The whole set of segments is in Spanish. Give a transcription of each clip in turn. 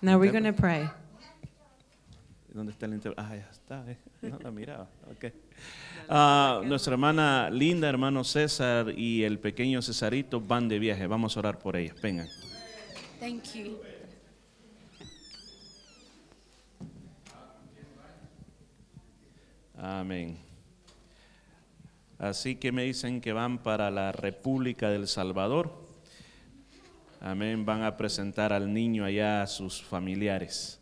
Now we're going to pray. ¿Dónde está el inter- Ah, ya está. eh. No la miraba. ok. Ah, nuestra hermana Linda, hermano César y el pequeño Cesarito van de viaje. Vamos a orar por ellas. Vengan. Thank you. Amén. Así que me dicen que van para la República del Salvador. Amén. Van a presentar al niño allá a sus familiares.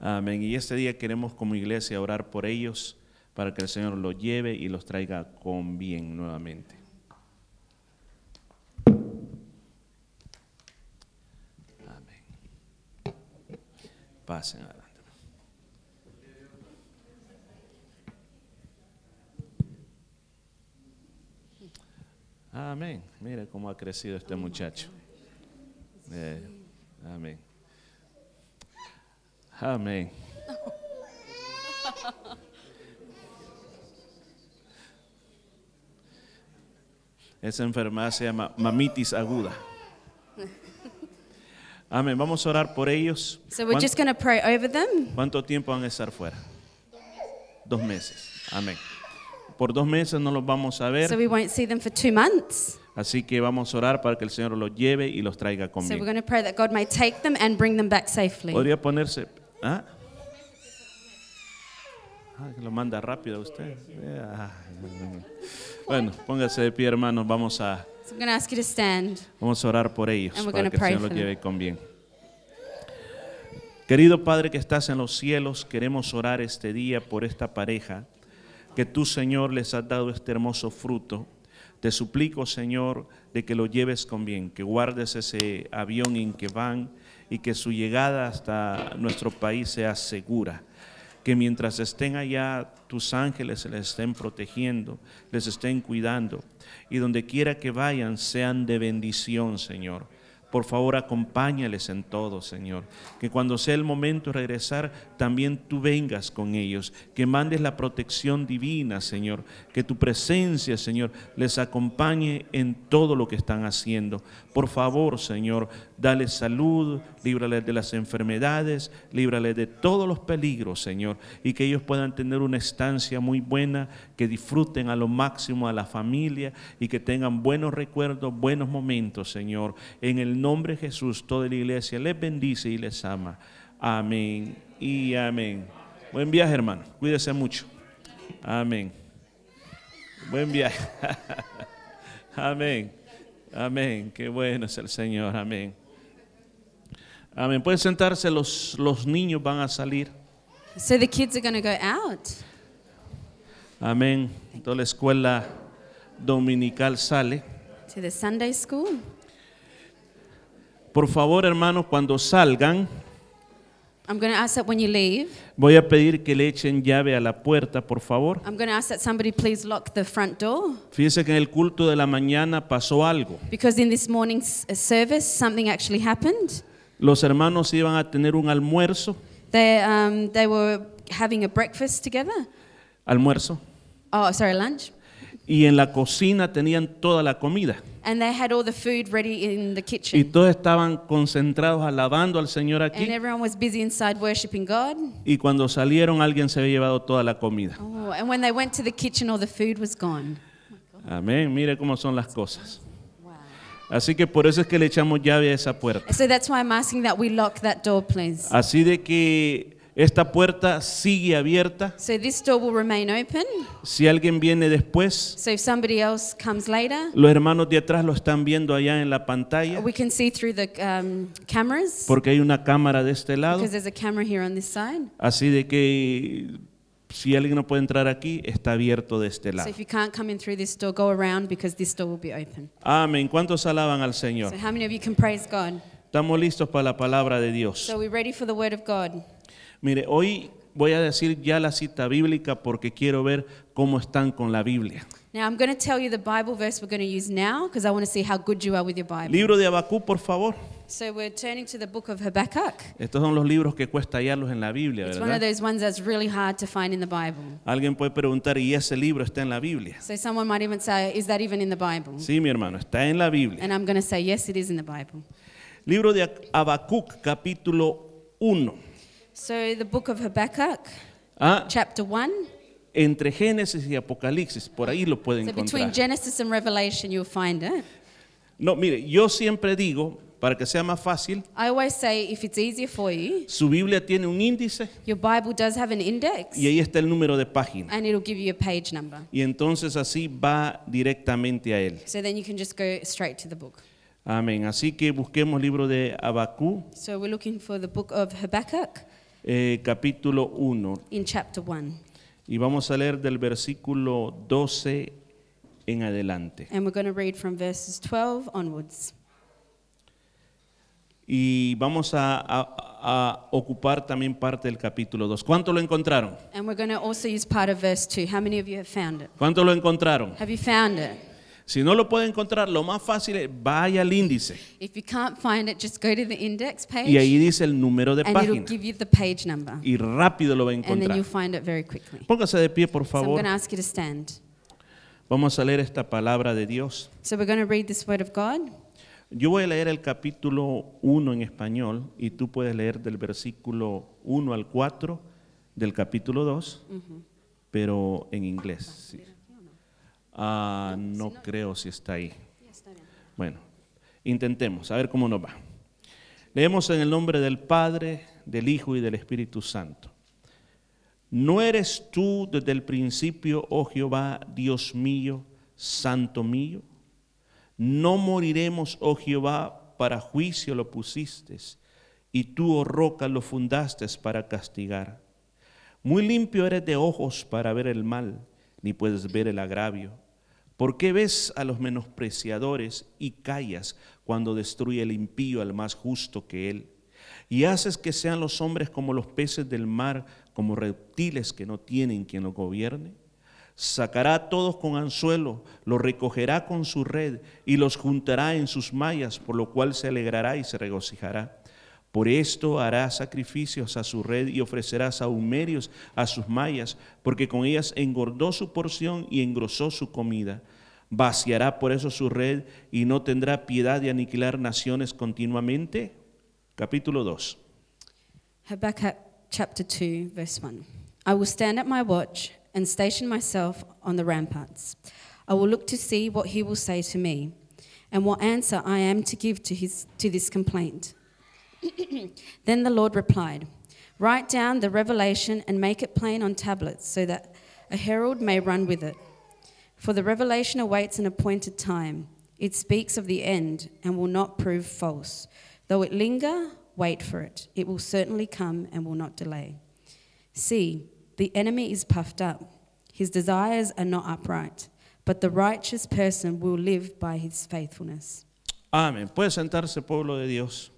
Amén. Y este día queremos como iglesia orar por ellos para que el Señor los lleve y los traiga con bien nuevamente. Amén. Pasen adelante. Amén. Mira cómo ha crecido este muchacho. Eh, amén. Amén. Esa enfermedad se llama mamitis aguda. Amén. Vamos a orar por ellos. So we're just going to pray over them. ¿Cuánto tiempo van a estar fuera? Dos meses. Amén. Por dos meses no los vamos a ver. So we won't see them for two months. Así que vamos a orar para que el Señor los lleve y los traiga So we're conmigo. going to pray that God may take them and bring them back safely. Podría ponerse. ¿Ah? Ah, que lo manda rápido a usted. Eh, ah. Bueno, póngase de pie, hermanos. Vamos a, So I'm going to ask you to stand. vamos a orar por ellos And we're para gonna que el pray Señor los for them. lleve con bien. Querido Padre que estás en los cielos, queremos orar este día por esta pareja que tú, Señor, les has dado este hermoso fruto. Te suplico, Señor, de que lo lleves con bien, que guardes ese avión en que van y que su llegada hasta nuestro país sea segura. Que mientras estén allá, tus ángeles les estén protegiendo, les estén cuidando. Y donde quiera que vayan, sean de bendición, Señor. Por favor, acompáñales en todo, Señor. Que cuando sea el momento de regresar, también tú vengas con ellos. Que mandes la protección divina, Señor. Que tu presencia, Señor, les acompañe en todo lo que están haciendo. Por favor, Señor, dales salud, líbrales de las enfermedades, líbrales de todos los peligros, Señor. Y que ellos puedan tener una estancia muy buena, que disfruten a lo máximo a la familia y que tengan buenos recuerdos, buenos momentos, Señor. En el nombre de Jesús, toda la iglesia les bendice y les ama. Amén y amén. Buen viaje, hermano. Cuídese mucho. Amén. Buen viaje. amén. Amén. Qué bueno es el Señor. Amén. Amén. Pueden sentarse, los, los niños van a salir. So the kids are going to go out. Amén. Toda la escuela dominical sale. to the Sunday school. Por favor, hermanos, cuando salgan, I'm going to ask that when you leave, voy a pedir que le echen llave a la puerta, por favor. I'm going to ask that somebody please lock the front door Fíjese que en el culto de la mañana pasó algo. because in this morning's uh, service something actually happened. Los hermanos iban a tener un almuerzo, They, um, they were having a breakfast together. almuerzo, Oh, sorry, lunch. y en la cocina tenían toda la comida. And they had all the food ready in the Y kitchen. todos estaban concentrados alabando al Señor aquí. And everyone was busy inside worshipping God. Y cuando salieron alguien se había llevado toda la comida. Oh, and when they went to the kitchen, all the food was gone. Amén, mire cómo son las cosas. Wow. Así que por eso es que le echamos llave a esa puerta. So that's why I'm asking that we lock that door, please. Así de que esta puerta sigue abierta. So this door will remain open. Si alguien viene después, So if somebody else comes later, los hermanos de atrás lo están viendo allá en la pantalla We can see through the um, cameras porque hay una cámara de este lado. because there's a camera here on this side. Así de que si alguien no puede entrar aquí, está abierto de este So lado. if you can't come in through this door, go around because this door will be open. Amén. ¿Cuántos alaban al Señor? So how many of you can praise God? Estamos listos para la palabra de Dios. So we're ready for the word of God. Mire, hoy voy a decir ya la cita bíblica porque quiero ver cómo están con la Biblia. Now I'm going to tell you the Bible verse we're going to use now because I want to see how good you are with your Bible. Libro de Abacú, por favor. So we're turning to the book of Habakkuk. Estos son los libros que cuesta hallarlos en la Biblia, It's one of ¿verdad? those ones that's really hard to find in the Bible. Alguien puede preguntar, ¿y ese libro está en la Biblia? So someone might even say, is that even in the Bible? Sí, mi hermano, está en la Biblia. And I'm going to say, yes, it is in the Bible. Libro de Habacuc, capítulo 1. So, the book of Habakkuk, Ah, chapter 1. entre Génesis y Apocalipsis, por ahí lo pueden So, between encontrar. Genesis and Revelation, you'll find it. No, mire, yo siempre digo, para que sea más fácil, I always say if it's easier for you, su Biblia tiene un índice your Bible does have an index y ahí está el número de página. and it'll give you a page number. Y entonces así va directamente a él. So, then you can just go straight to the book. Amén. Así que busquemos libro de Abacú, So, we're looking for the book of Habakkuk eh, capítulo 1. in chapter 1. Y vamos a leer del versículo 12 en adelante. And we're going to read from verses 12 onwards. Y vamos a, a- a ocupar también parte del capítulo 2. ¿Cuánto lo encontraron? And we're going to also use part of verse 2. How many of you have found it? ¿Cuánto lo encontraron? Have you found it? Si no lo puede encontrar, lo más fácil es vaya al índice. If you can't find it, just go to the index page Y ahí dice el número de and it'll página. give you the page number. Y rápido lo va a And then encontrar. you'll find it very quickly. Póngase de pie, por So I'm favor. going to ask you to stand. Vamos a leer esta palabra de Dios. So we're going to read this word of God. Yo voy a leer el capítulo 1 en español y tú puedes leer del versículo 1 al 4 del capítulo 2, pero en inglés. sí. Ah, no creo si está ahí. Bueno, intentemos, a ver cómo nos va. Leemos en el nombre del Padre, del Hijo y del Espíritu Santo. No eres tú desde el principio, oh Jehová, Dios mío, Santo mío. No moriremos, oh Jehová, para juicio lo pusiste, y tú, oh roca, lo fundaste para castigar. Muy limpio eres de ojos para ver el mal, ni puedes ver el agravio. ¿Por qué ves a los menospreciadores y callas cuando destruye el impío al más justo que él? Y haces que sean los hombres como los peces del mar, como reptiles que no tienen quien los gobierne. Sacará a todos con anzuelo, los recogerá con su red y los juntará en sus mallas, por lo cual se alegrará y se regocijará. Por esto hará sacrificios a su red y ofrecerá sahumerios a sus mallas, porque con ellas engordó su porción y engrosó su comida. Vaciará por eso su red y no tendrá piedad de aniquilar naciones continuamente. Capítulo 2. Habakkuk chapter 2, verse 1. I will stand at my watch and station myself on the ramparts. I will look to see what he will say to me and what answer I am to give to, his, to this complaint. then the Lord replied, Write down the revelation and make it plain on tablets so that a herald may run with it. For the revelation awaits an appointed time. It speaks of the end and will not prove false. Though it linger, wait for it. It will certainly come and will not delay. See, the enemy is puffed up. His desires are not upright, but the righteous person will live by his faithfulness. Amén. Puede sentarse, pueblo de Dios.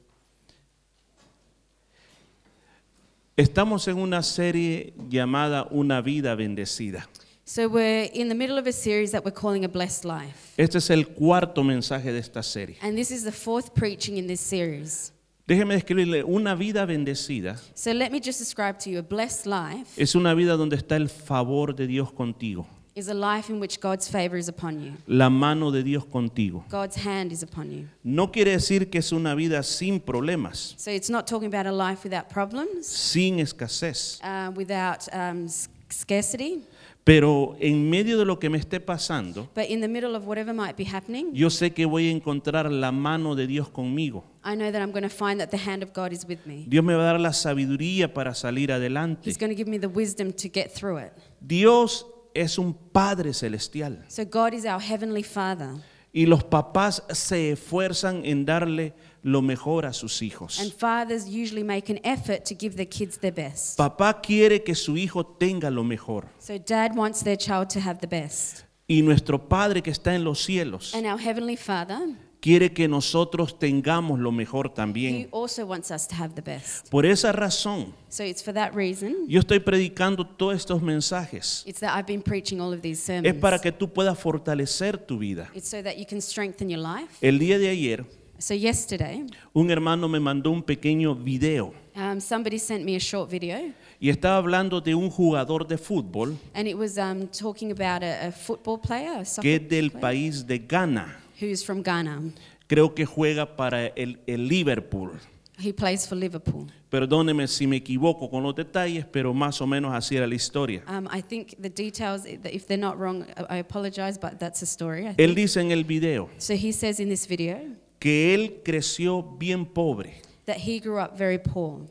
Estamos en una serie llamada Una vida bendecida. So, we're in the middle of a series that we're calling A Blessed Life. Este es el cuarto mensaje de esta serie. And this is the fourth preaching in this series. Déjeme describirle, una vida bendecida So, let me just describe to you a blessed life es una vida donde está el favor de Dios contigo, is a life in which God's favor is upon you. la mano de Dios contigo. God's hand is upon you. No quiere decir que es una vida sin problemas, So it's not talking about a life without problems, sin escasez, uh, without um, s- scarcity, pero en medio de lo que me esté pasando, but in the middle of whatever might be happening, yo sé que voy a encontrar la mano de Dios conmigo. I know that I'm going to find that the hand of God is with me. Dios me va a dar la sabiduría para salir adelante. He's going to give me the wisdom to get through it. Dios es un Padre celestial So God is our heavenly Father, y los papás se esfuerzan en darle lo mejor a sus and hijos. fathers usually make an effort to give their kids their best. Papá quiere que su hijo tenga lo mejor So dad wants their child to have the best, y nuestro Padre que está en los cielos and our heavenly Father, quiere que nosotros tengamos lo mejor he también. also wants us to have the best. Por esa razón, So it's for that reason. yo estoy predicando todos estos mensajes. It's that I've been preaching all of these Es sermons. para que tú puedas fortalecer tu vida. It's so that you can strengthen your life. El día de ayer, So yesterday, un hermano me mandó un pequeño video um, somebody sent me a short video, y estaba hablando de un jugador de fútbol and it was um, talking about a, a football player, a soccer que es del player, país de Ghana, who's from Ghana, Creo que juega para el, el Liverpool. He plays for Liverpool. Perdóneme si me equivoco con los detalles, pero más o menos así era la historia. Um, I think the details, if they're not wrong, I apologize, but that's a story. I Él think. dice en el video So he says in this video que él creció bien pobre, that he grew up very poor.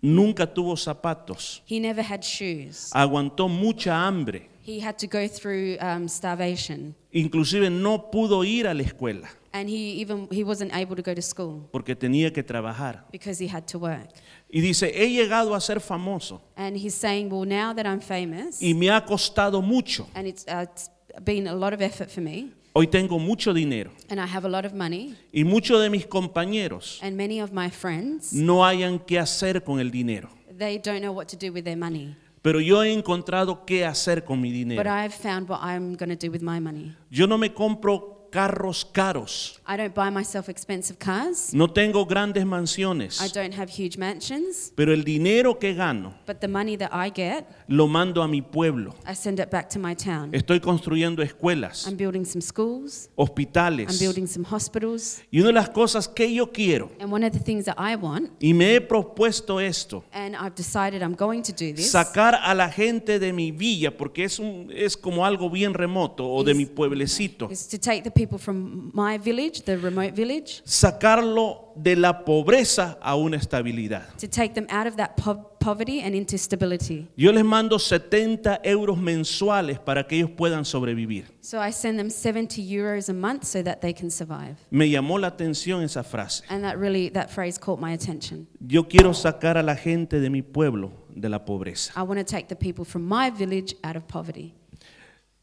nunca tuvo zapatos, He never had shoes. Ah. aguantó mucha hambre, He had to go through um, starvation, inclusive no pudo ir a la escuela and he even he wasn't able to go to school porque tenía que trabajar. because he had to work. Y dice, he llegado a ser famoso And he's saying, "Well, now that I'm famous, y me ha costado mucho. and it's, uh, it's been a lot of effort for me, Hoy tengo mucho dinero and I have a lot of money, y muchos de mis compañeros and many of my friends no hayan qué hacer con el dinero. they don't know what to do with their money, Pero yo he encontrado qué hacer con mi but dinero. I've found what I'm going to do with my money. Yo no me compro carros caros, I don't buy myself expensive cars. no tengo grandes I mansiones, don't have huge mansions, pero el dinero que gano but the money that I get, lo mando a mi pueblo. I send it back to my town. Estoy construyendo escuelas, I'm building some schools. I'm hospitales. building some hospitals. Y una de las cosas que yo quiero, And one of the things that I want, y me he propuesto esto, and I've decided I'm going to do this, sacar a la gente de mi villa, porque es, un, es como algo bien remoto, o de Is- mi pueblecito, is to take the people from my village, the remote village, sacarlo de la pobreza a una estabilidad. to take them out of that po- poverty and into stability. Yo les mando 70 euros mensuales para que ellos puedan sobrevivir. So I send them 70 euros a month so that they can survive. Me llamó la atención esa frase. And that really, that phrase caught my attention. Yo quiero sacar a la gente de mi pueblo de la pobreza. I want to take the people from my village out of poverty.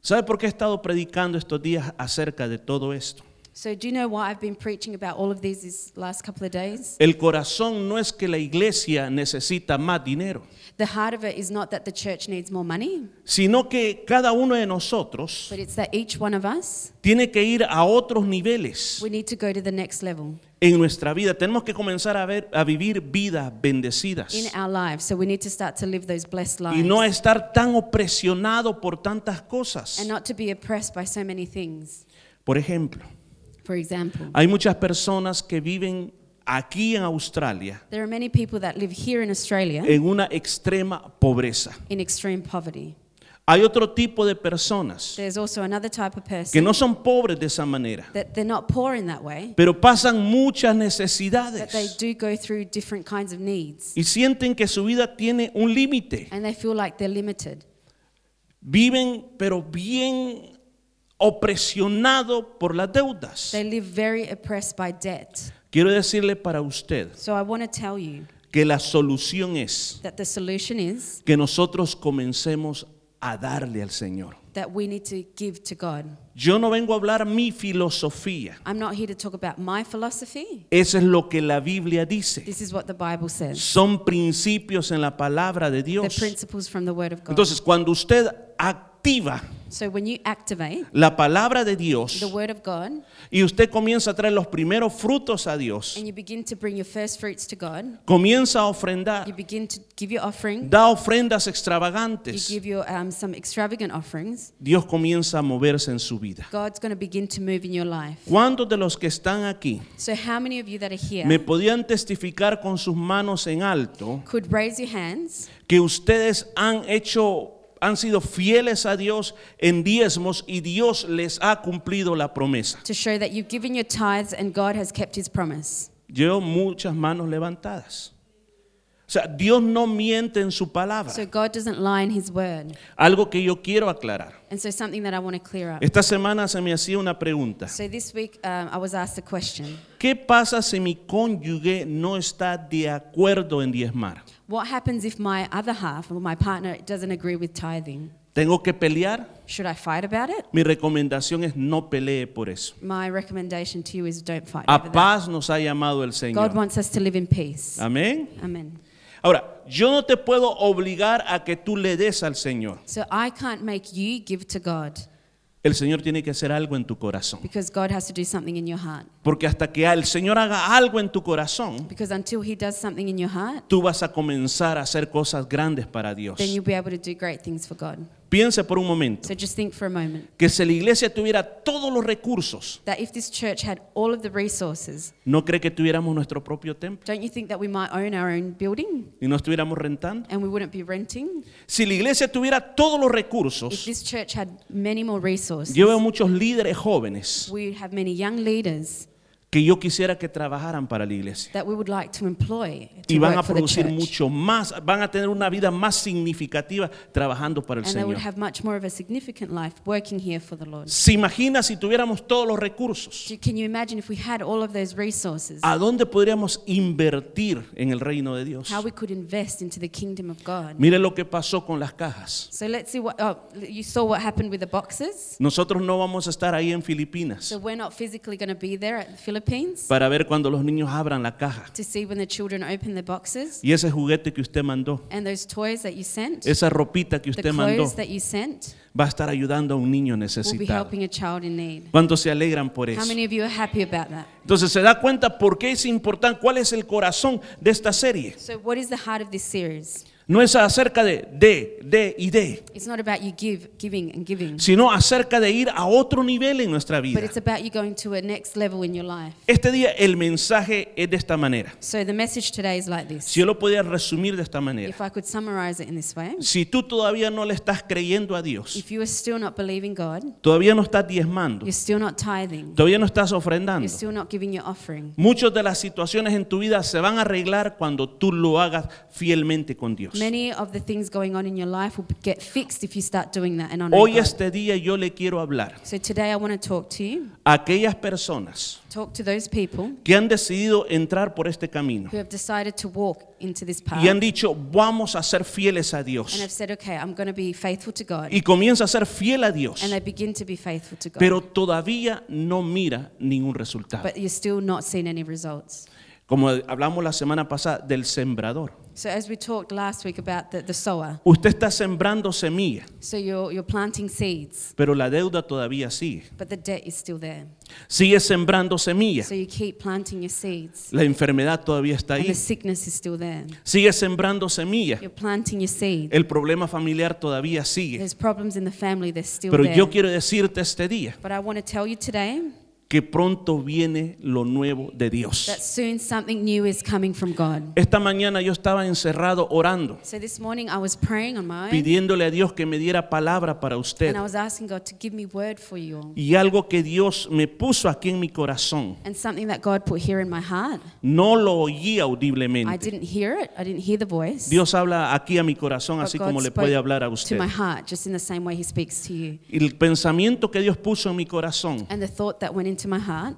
¿Sabe por qué he estado predicando estos días acerca de todo esto? So do you know why I've been preaching about all of these these last couple of days? El corazón no es que la iglesia necesita más dinero, The heart of it is not that the church needs more money, sino que cada uno de nosotros but it's that each one of us, tiene que ir a otros niveles we need to go to the next level. en nuestra vida. Tenemos que comenzar a, ver, a vivir vidas bendecidas. in our lives. So we need to start to live those blessed lives y no estar tan opresionado por tantas cosas. and not to be oppressed by so many things. Por ejemplo, For example, hay muchas personas que viven aquí en Australia there are many people that live here in Australia en una extrema pobreza. in extreme poverty. Hay otro tipo de personas There's also another type of que person no son pobres de esa manera, that they're not poor in that way, pero pasan muchas but they necesidades do go through different kinds of needs y sienten que su vida tiene un límite. and they feel like they're limited. Viven pero bien opresionado por las deudas. They live very oppressed by debt. Quiero decirle para usted So I want to tell you que la solución es that the solution is que nosotros comencemos a darle al Señor. that we need to give to God. Yo no vengo a hablar mi filosofía. I'm not here to talk about my philosophy. Eso es lo que la Biblia dice. This is what the Bible says. Son principios en la palabra de the Dios. principles from the Word of God. Entonces, cuando usted activa so when you activate la palabra de the Dios Word of God y usted comienza a traer los primeros frutos a Dios, and you begin to bring your first fruits to God, comienza a you ofrendar, begin to give your offering, da ofrendas you extravagantes, give your um, some extravagant offerings. Dios comienza a moverse en su vida. God's going to begin to move in your life. ¿Cuántos de los que están aquí So how many of you that are here me podían testificar con sus manos en alto? could raise your hands que ustedes han hecho, han sido fieles a Dios en diezmos y Dios les ha cumplido la promesa. to show that you've given your tithes and God has kept His promise? Llevo muchas manos levantadas. O sea, Dios no miente en su palabra. So God doesn't lie in His Word. Algo que yo quiero aclarar. And so something that I want to clear up. Esta semana se me hacía una pregunta. So this week um, I was asked a question. ¿Qué pasa si mi cónyuge no está de acuerdo en diezmar? What happens if my other half or my partner doesn't agree with tithing? ¿Tengo que pelear? Should I fight about it? Mi recomendación es no pelee por eso. My recommendation to you is don't fight over A that. paz nos ha llamado el God Señor. wants us to live in peace. Amén. Amen. Ahora, yo no te puedo obligar a que tú le des al Señor. So I can't make you give to God El Señor tiene que hacer algo en tu corazón. because God has to do something in your heart. Porque hasta que el Señor haga algo en tu corazón, Because until He does something in your heart, tú vas a comenzar a hacer cosas grandes para then Dios. you'll be able to do great things for God. Piensa por un momento So just think for a moment que si la iglesia tuviera todos los recursos, that if this church had all of the resources, ¿no cree que tuviéramos nuestro propio templo don't you think that we might own our own building y no estuviéramos rentando? and we wouldn't be renting? Si la iglesia tuviera todos los If recursos, this church had many more resources, yo veo muchos líderes jóvenes we have many young leaders que yo quisiera que trabajaran para la iglesia that we would like to employ to y van a work for the producir church. mucho más, van a tener una vida más significativa trabajando para el and they would Señor. have much more of a significant life working here for the Lord. ¿Se imagina si tuviéramos todos los recursos? Do- Can you imagine if we had all of those resources, ¿A dónde podríamos invertir en el reino de Dios? how we could invest into the kingdom of God? Mire lo que pasó con las cajas. So let's see what oh, you saw what happened with the boxes. Nosotros no vamos a estar ahí en So Filipinas we're not physically going to be there at the Philippines para ver cuando los niños abran la caja. to see when the children open their boxes Y ese juguete que usted mandó, and those toys that you sent, esa ropita que the usted clothes mandó, that you sent, va a estar ayudando a un niño will be necesitado. helping a child in need. ¿Cuántos se alegran por How eso? many of you are happy about that? Entonces se da cuenta por qué es importante, cuál es el corazón de esta serie. So what is the heart of this series? No es acerca de, de, de y de, It's not about you give, giving and giving, sino acerca de ir a otro nivel en nuestra but vida. it's about you going to a next level in your life. Este día el mensaje es de esta manera. So the message today is like this. Si yo lo podía resumir de esta manera. If I could summarize it in this way, Si tú todavía no le estás creyendo a Dios, if you are still not believing God, todavía no estás diezmando, you're still not tithing, todavía no estás you're ofrendando, still not giving your offering, muchas de las situaciones en tu vida se van a arreglar cuando tú lo hagas fielmente con Dios. many of the things going on in your life will get fixed if you start doing that and honoring Hoy God. este día yo le quiero hablar So today I want to talk to you, a aquellas personas talk to those people que han decidido entrar por este camino who have decided to walk into this path y han dicho, vamos a ser fieles a and have Dios. said, okay, I'm going to be faithful to God. Y comienza a ser fiel a Dios, And they begin to be faithful to God. pero todavía no mira ningún resultado. but you're still not seeing any results. Como hablamos la semana pasada del sembrador. So as we talked last week about the, the sower, Usted está sembrando semilla, so you're, you're planting seeds, pero la deuda todavía sigue. but the debt is still there. Sigue sembrando semilla, So you keep planting your seeds, la enfermedad todavía está and ahí. the sickness is still there. Sigue sembrando semilla, You're planting your seeds. el problema familiar todavía sigue. There's problems in the family, they're still Pero there. yo quiero decirte este día but I want to tell you today que pronto viene lo nuevo de that Dios. soon something new is coming from God. Esta mañana yo estaba encerrado orando, So this morning I was praying on my own, pidiéndole a Dios que me diera palabra para usted. and I was asking God to give me word for you all. Y algo que Dios me puso aquí en mi corazón, And something that God put here in my heart, no lo oí I audiblemente. didn't hear it. I didn't hear the voice. Dios habla aquí a mi corazón, but así Oh, God como le spoke puede hablar a To usted. my heart, just in the same way He speaks to you. Y El pensamiento que Dios puso en mi corazón, And the thought that went into my heart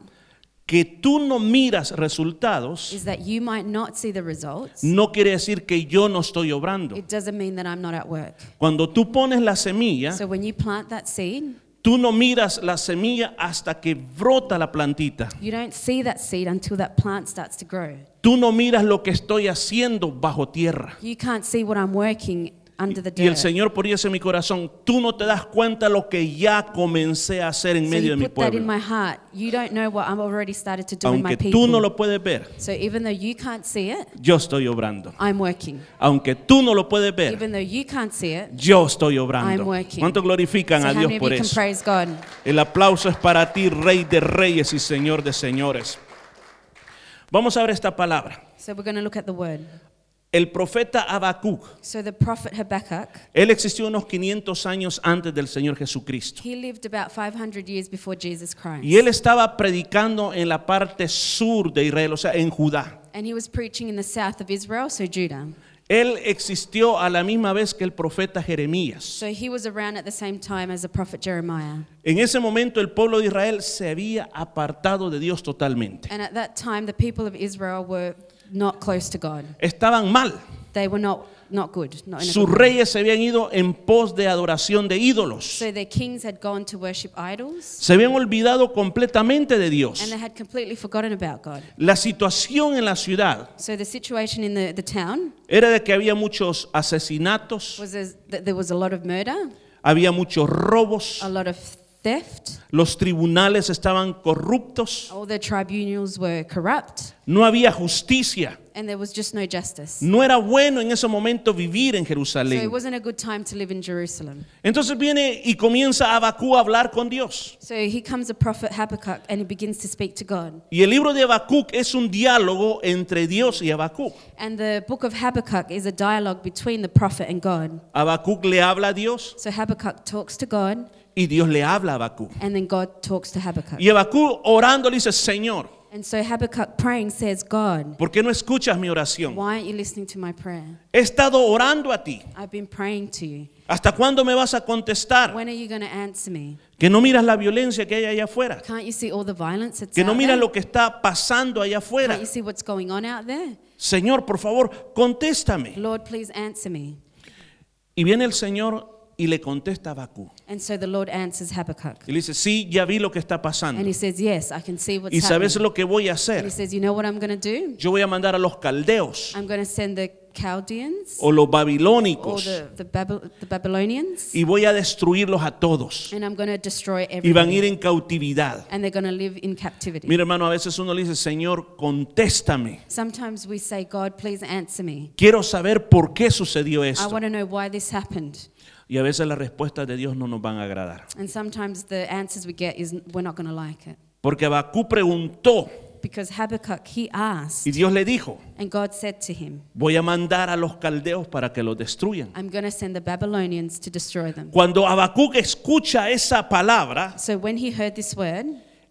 que tú no miras resultados, is that you might not see the results. no quiere decir que yo no estoy obrando. It doesn't mean that I'm not at work. Cuando tú pones la semilla, So when you plant that seed, tú no miras la semilla hasta que brota la plantita. you don't see that seed until that plant starts to grow. Tú no miras lo que estoy haciendo bajo tierra. You can't see what I'm working under the Y el dirt. Señor ponía eso en mi corazón, tú no te das cuenta lo que ya comencé a hacer en so medio you de mi put that pueblo. in my heart. You don't know what I've already started to do in my Aunque people. tú no lo puedes ver, so even though you can't see it, yo estoy obrando. I'm working. Aunque tú no lo puedes ver, Even though you can't see it, Yo estoy obrando. I'm working. ¿Cuánto glorifican so a how Dios many of por you can eso? praise God? El aplauso es para ti, Rey de Reyes y Señor de Señores. Vamos a ver esta palabra. So we're going to look at the word. El profeta Habacuc, So the prophet Habakkuk, él existió unos 500 años antes del Señor Jesucristo. he lived about 500 years before Jesus Christ. Y él estaba predicando en la parte sur de Israel, o sea, en Judá. And he was preaching in the south of Israel, so Judah. Él existió a la misma vez que el profeta Jeremías. So he was around at the same time as the prophet Jeremiah. En ese momento el pueblo de Israel se había apartado de Dios totalmente. And at that time, the people of Israel were not close to God. Estaban mal. They were not, not good. Not in a Sus good way. reyes se habían ido en pos de adoración de ídolos. So their kings had gone to worship idols, Se habían olvidado completamente de and Dios. they had completely forgotten about God. La situación en la ciudad So the situation in the, the town era de que había muchos asesinatos, Pues- was as- that there was a lot of murder, había muchos robos, a lot of theft, Los tribunales estaban corruptos, all the tribunals were corrupt, no había justicia. and there was just no justice. No era bueno en ese momento vivir en So it Jerusalén. wasn't a good time to live in Jerusalem. Entonces viene y comienza Abacú a hablar con Dios. So he comes a prophet Habakkuk and he begins to speak to God. Y el libro de Habacuc es un diálogo entre Dios y Habacuc. And the book of Habakkuk is a dialogue between the prophet and God. Habacuc le habla a Dios So Habakkuk talks to God, y Dios le habla a Habacuc. and then God talks to Habakkuk. Y Habacuc orando le dice, Señor, And so Habakkuk praying says, God, ¿por qué no escuchas mi oración? why aren't you listening to my prayer? He estado orando a ti. I've been praying to you. ¿Hasta cuándo me vas a contestar? When are you going to answer me? Que no miras la violencia que hay allá afuera. Can't you see all the violence that's Que no out miras there? lo que está pasando allá afuera. Can't you see what's going on out there? Señor, por favor, contéstame. Lord, please answer me. Y viene el Señor y le contesta a Habacuc. And so the Lord answers Habakkuk. Y le dice, sí, ya vi lo que está And pasando. he says, Yes, I can see what's Y sabes happening. lo que voy a And he hacer. says, You know what I'm going to do? Yo voy a mandar a los caldeos I'm going to send the Chaldeans o los or babilónicos the, the, Babyl- the Babylonians y voy a destruirlos a todos. and I'm going to destroy Y van a ir everything. en cautividad. And they're going to live in captivity. Mira hermano, a veces uno le dice, Señor, contéstame. Sometimes we say, God, please answer me. Quiero saber por qué sucedió I esto. want to know why this happened. Y a veces las respuestas de Dios no nos van a agradar. And sometimes the answers we get is we're not going to like it. Porque Abacú preguntó Because Habakkuk, he asked, y Dios le dijo, and God said to him, voy a mandar a los caldeos para que los destruyan. I'm going to send the Babylonians to destroy them. Cuando Habacuc escucha esa palabra, So when he heard this word,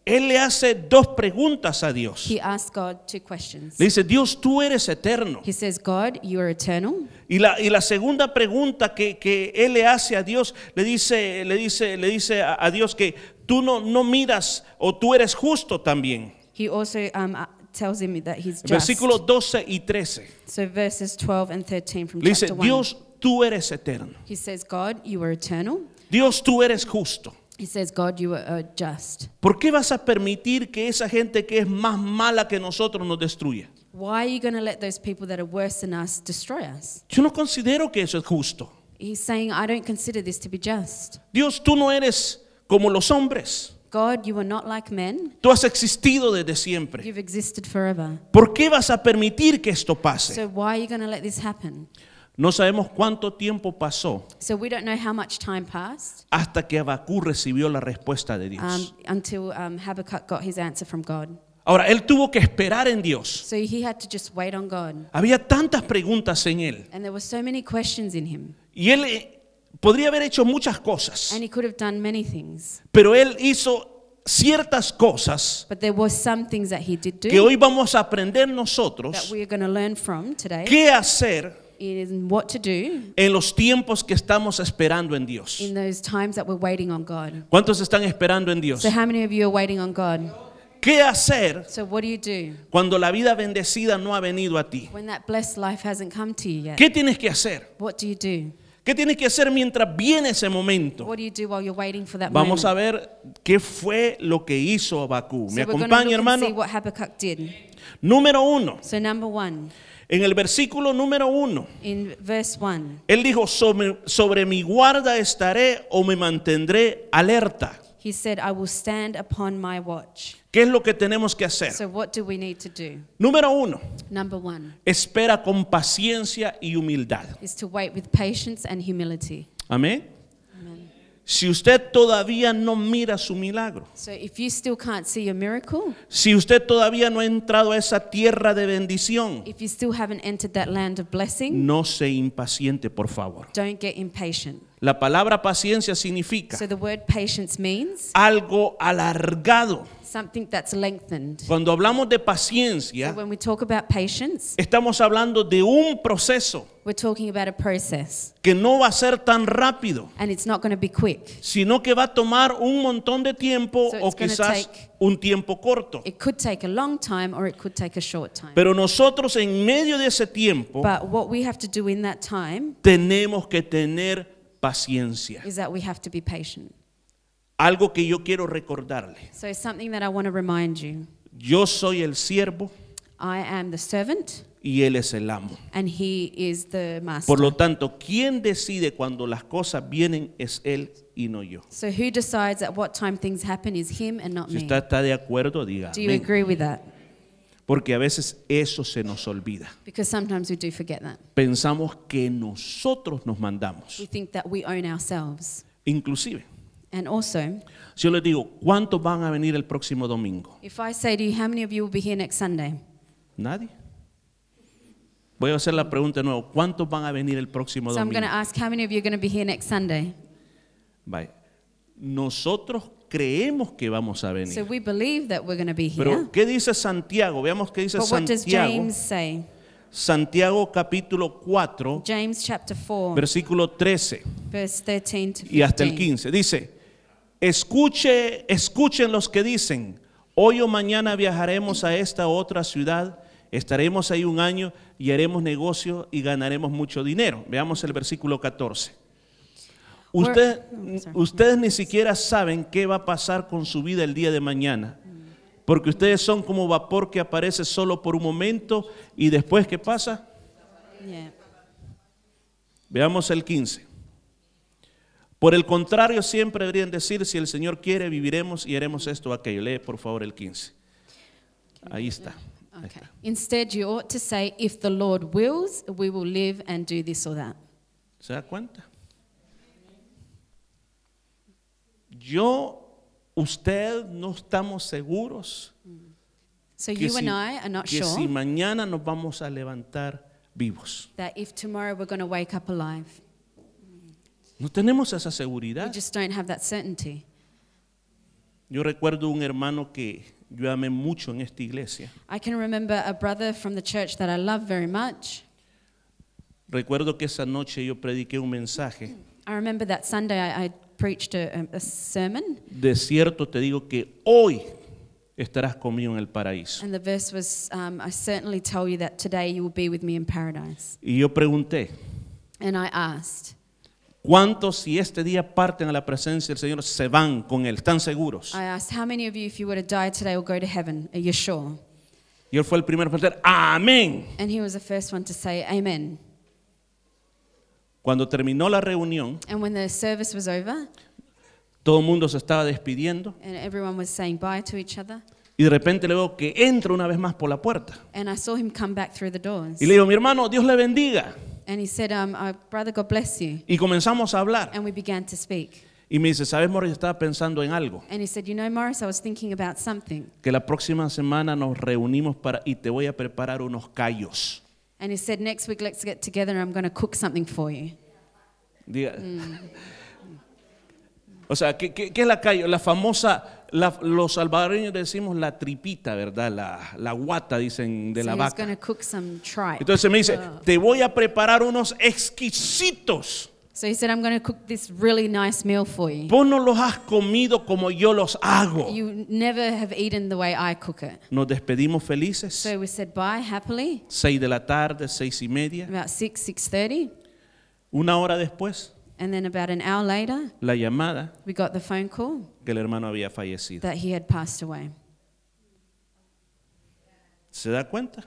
él le hace dos preguntas a Dios. he asked God two questions. Le dice, Dios, tú eres eterno. He says, God, you are eternal. Y la, y la segunda pregunta que, que él le hace a Dios, le dice, le dice, le dice a, a Dios que tú no, no miras o tú eres justo también. He also um, uh, tells him that he's just. Versículos 12 y 13. So verses 12 and 13 from Le dice, chapter 1. Dios, tú eres eterno. He says, God, you are eternal. Dios, tú eres justo. He says, God, you are uh, just. ¿Por qué vas a permitir que esa gente que es más mala que nosotros nos destruya? Why are you going to let those people that are worse than us destroy us? Yo no considero que eso es justo. He's saying, I don't consider this to be just. Dios, tú no eres como los hombres. God, you are not like men. Tú has existido desde siempre. You've existed forever. ¿Por qué vas a permitir que esto pase? So why are you going to let this happen? No sabemos cuánto tiempo pasó So we don't know how much time passed hasta que Abacú recibió la respuesta de um, Dios. until um, Habakkuk got his answer from God. Ahora, él tuvo que esperar en Dios. So he had to just wait on God. Había tantas preguntas en él. And there were so many questions in him. Y él eh, podría haber hecho muchas cosas, And he could have done many things. pero él hizo ciertas cosas But there were some things that he did que do hoy vamos a aprender that nosotros we are going to learn from today qué hacer in what to do en los tiempos que estamos esperando en Dios. in those times that we're waiting on God. ¿Cuántos están esperando en Dios? So how many of you are waiting on God? ¿Qué hacer So what do you do cuando la vida bendecida no ha venido a ti? when that blessed life hasn't come to you yet? ¿Qué tienes que hacer? What do you do? ¿Qué tienes que hacer mientras viene ese momento? What do you do while you're waiting for that Vamos a moment? ver qué fue lo que hizo Abacú. ¿Me so we're going to acompaña, look and see hermano? what Habakkuk did. Número uno. So number one, En el versículo número uno, in verse one, él dijo, sobre, sobre mi guarda estaré o me mantendré alerta. he said, "I will stand upon my watch." ¿Qué es lo que tenemos que hacer? So what do we need to do? Número uno, Number one espera con paciencia y humildad. is to wait with patience and humility. Amén. Amen. Si usted todavía no mira su milagro, So if you still can't see your miracle, si usted todavía no ha entrado a esa tierra de bendición, if you still haven't entered that land of blessing, no se impaciente, por favor. don't get impatient. La palabra paciencia significa So the word patience means algo alargado. something that's lengthened. Cuando hablamos de So paciencia, when we talk about patience, estamos hablando de un proceso we're talking about a process, que no va a ser tan rápido, and it's not going to be quick. sino que va a tomar un montón de tiempo So o it's gonna quizás take- un tiempo corto. It could take a long time or it could take a short time. Pero nosotros en medio de ese tiempo But what we have to do in that time tenemos que tener paciencia. is that we have to be patient. Algo que yo quiero recordarle. So, something that I want to remind you Yo soy el siervo I am the servant y Él es el amo. and he is the master. Por lo tanto, quien decide cuando las cosas vienen es Él y no yo. so who decides at what time things happen is him and not Si me. usted está de acuerdo, diga Do you amén. agree with that? Porque a veces eso se nos olvida. Because sometimes we do forget that. Pensamos que nosotros nos We mandamos. think that we own ourselves. Inclusive, And also, si yo les digo, ¿cuántos van a venir el próximo domingo? if I say to you, how many of you will be here next Sunday? Nadie. Voy a hacer la pregunta de nuevo. ¿Cuántos van a venir el próximo So I'm going to domingo? ask how many of you are going to be here next Sunday? Vaya. Nosotros creemos que vamos a So venir. we believe that we're going to be here. Pero ¿qué dice Santiago? Veamos qué dice but what does Santiago. James say? Santiago capítulo 4, James chapter 4, versículo 13 verse 13 to 15. y hasta el 15. Dice, escuche, escuchen los que dicen, hoy o mañana viajaremos a esta otra ciudad, estaremos ahí un año y haremos negocio y ganaremos mucho dinero. Veamos el versículo 14. We're- Usted- oh, sorry. ustedes ni siquiera saben qué va a pasar con su vida el día de mañana. Porque ustedes son como vapor que aparece solo por un momento y después, ¿qué pasa? Yeah. Veamos el 15. Por el contrario, siempre deberían decir, si el Señor quiere, viviremos y haremos esto o aquello. Lee, por favor, el 15. Ahí está. ahí Okay. está. Instead, you ought to say, if the Lord wills, we will live and do this or that. ¿Se da cuenta? Yo, usted, no estamos seguros So que, you si, and I are not que sure si mañana nos vamos a levantar vivos. that if tomorrow we're going to wake up alive. No tenemos esa We seguridad. just don't have that certainty. Yo recuerdo un hermano que yo amé mucho en esta iglesia. I can remember a brother from the church that I love very much. Recuerdo que esa noche yo prediqué un mensaje. I remember that Sunday I, I preached a, a- a sermon, De cierto te digo que hoy estarás conmigo en el paraíso. and the verse was, um, I certainly tell you that today you will be with me in paradise. Y yo pregunté, And I asked, ¿cuántos si este día parten a la presencia del Señor se van con Él? ¿Están seguros? I asked, how many of you, if you were to die today, will go to heaven? Are you sure? Y él fue el primero en responder, amén. And he was the first one to say, Amen. Cuando terminó la reunión, And when the service was over, todo el mundo se estaba despidiendo and everyone was saying bye to each other, y de repente le veo que entra una vez más por la puerta. and I saw him come back through the doors. Y le digo, mi hermano, Dios le bendiga. And he said, um, uh, Brother, God bless you. Y comenzamos a hablar. And we began to speak. Y me dice, ¿sabes, Morris? Estaba pensando en algo. And he said, You know, Morris, I was thinking about something. Que la próxima semana nos reunimos para y te voy a preparar unos callos. And he said, Next week, let's get together and I'm going to cook something for you. Diga. O sea, ¿qué, qué, qué es la calle? La famosa, la- los salvadoreños decimos la tripita, ¿verdad? La, la guata, dicen, de so la he was going vaca. to cook some tripe. Entonces me dice, te voy a preparar unos exquisitos. so he said, I'm going to cook this really nice meal for you. Vos no los has comido como yo los hago. You never have eaten the way I cook it. Nos despedimos felices. So we said bye happily, Seis de la tarde, seis y media. about 6, 6.30. Una hora después, And then about an hour later, la llamada we got the phone call que el hermano había fallecido. that he had passed away. ¿Se da cuenta?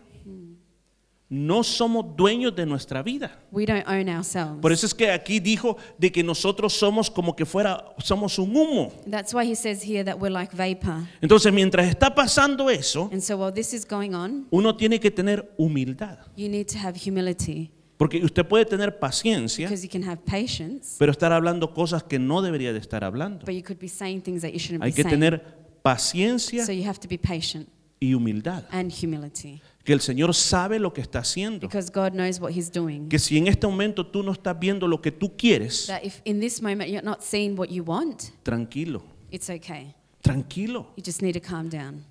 No somos dueños de nuestra vida. We don't own ourselves. Por eso es que aquí dijo de que nosotros somos como que fuera, somos un humo. That's why he says here that we're like vapor. Entonces, mientras está pasando eso, And so while this is going on, uno tiene que tener humildad. you need to have humility Porque usted puede tener paciencia, because you can have patience, pero estar hablando cosas que no debería de estar hablando. but you could be saying things that you shouldn't Hay be que saying. tener paciencia So you have to be patient y humildad. and humility Que el Señor sabe lo que está haciendo. because God knows what he's doing. Que si en este momento tú no estás viendo lo que tú quieres, That if in this moment you're not seeing what you want, tranquilo, it's okay. tranquilo. You just need to calm down.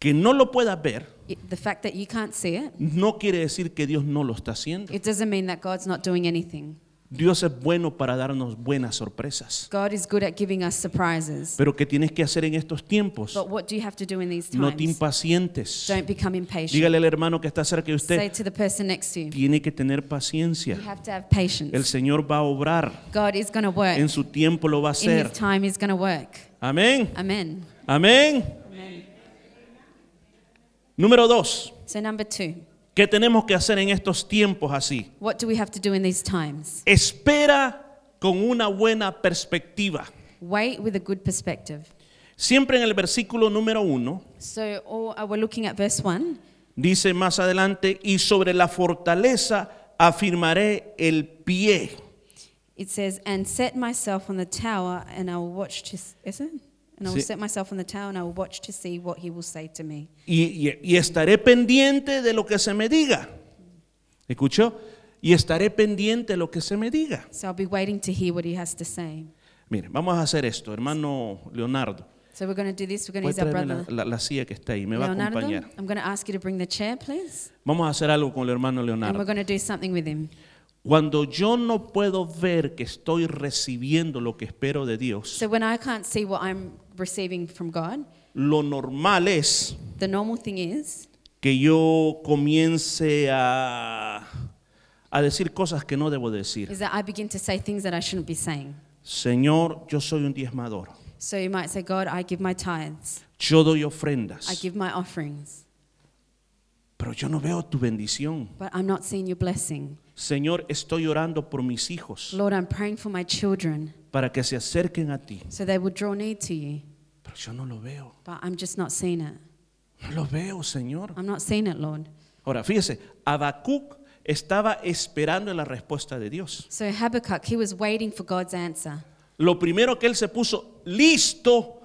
Que no lo puedas ver It- the fact that you can't see it, no quiere decir que Dios no lo está haciendo. it doesn't mean that God's not doing anything. Dios es bueno para darnos buenas sorpresas. God is good at giving us surprises. Pero ¿qué tienes que hacer en estos tiempos? But what do you have to do in these No te times? impacientes. Don't become impatient. Dígale al hermano que está cerca de Say usted, to the person next to you, tiene que tener you paciencia. have to have El patience. Señor va a obrar. God is going to work. En su tiempo lo va a in hacer. his time he's going to work. Amén. Amen. Amén. Número dos. So, number two, ¿Qué tenemos que hacer en estos tiempos así? what do we have to do in these times? Espera con una buena perspectiva. Wait with a good perspective. Siempre en el versículo número uno So, all, uh, we're looking at verse 1. dice más adelante, y sobre la fortaleza afirmaré el pie. It says, And set myself on the tower, and I will watch to. s- Is it? And I will Sí. set myself on the tower, and I will watch to see what he will say to me. Y, y- y estaré pendiente de lo que se me diga. ¿Escuchó? Y estaré pendiente de lo que se me diga. So, I'll be waiting to hear what he has to say. Miren, vamos a hacer esto, hermano Leonardo. So, we're going to do this. We're going Puede to use our traerme brother. la, la- la silla que está ahí, me va a Leonardo, acompañar. I'm going to ask you to bring the chair, please. Vamos a hacer algo con el hermano And we're Leonardo. going to do something with him. Cuando yo no puedo ver que estoy recibiendo lo que espero de Dios, So when I can't see what I'm receiving from God, lo normal es the normal thing is que yo comience a, a decir cosas que no debo decir. is that I begin to say things that I shouldn't be saying. Señor, yo soy un diezmador. So you might say, God, I give my tithes, Yo doy I ofrendas, give my offerings, pero yo no veo tu bendición. but I'm not seeing your blessing. Señor, estoy orando por mis hijos Lord, I'm praying for my children para que se acerquen a ti, so they will draw near to you, pero yo no lo veo. but I'm just not seeing it. No lo veo, Señor. I'm not seeing it, Lord. Ahora, fíjese, Habacuc estaba esperando la respuesta de Dios. So Habakkuk, he was waiting for God's answer. Lo primero que él se puso listo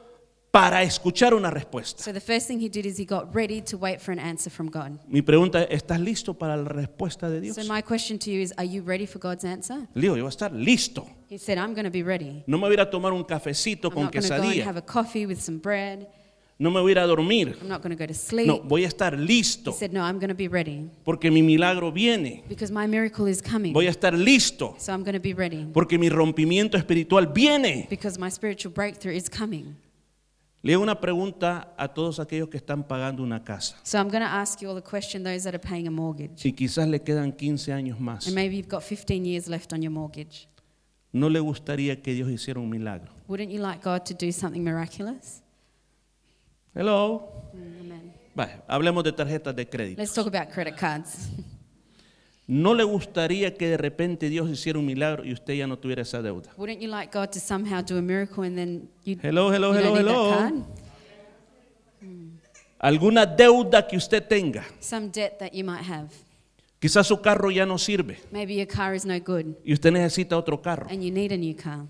para escuchar una respuesta. So the first thing he did is he got ready to wait for an answer from God. Mi pregunta es, ¿estás listo para la respuesta de Dios? So my question to you is, are you ready for God's answer? Le digo, yo voy a estar listo. He said, I'm going to be ready. No me voy a ir a tomar un cafecito I'm con not going to go and have quesadilla. a coffee with some bread. No me voy a ir a dormir. I'm not going to go to sleep. No, voy a estar He listo said, No, I'm going to be ready porque mi milagro viene. because my miracle is coming. Voy a estar listo So I'm going to be ready porque mi rompimiento espiritual viene. because my spiritual breakthrough is coming. Le hago una pregunta a todos aquellos que están pagando una casa So I'm going to ask you all a question those that are paying a mortgage. y quizás le quedan 15 años más. And maybe you've got 15 years left on your mortgage. ¿No le gustaría que Dios hiciera un milagro? Wouldn't you like God to do something miraculous? Hello. Mm, Amen. Vale, hablemos de tarjetas de crédito. Let's talk about credit cards. ¿No le gustaría que de repente Dios hiciera un milagro y usted ya no tuviera esa deuda? Wouldn't you like God to somehow do a miracle and then you, Hello, hello, you hello, don't need hello. that card? Alguna deuda que usted tenga, Some debt that you might have. quizás su carro ya no sirve Maybe your car is no good y usted necesita otro carro. and you need a new car.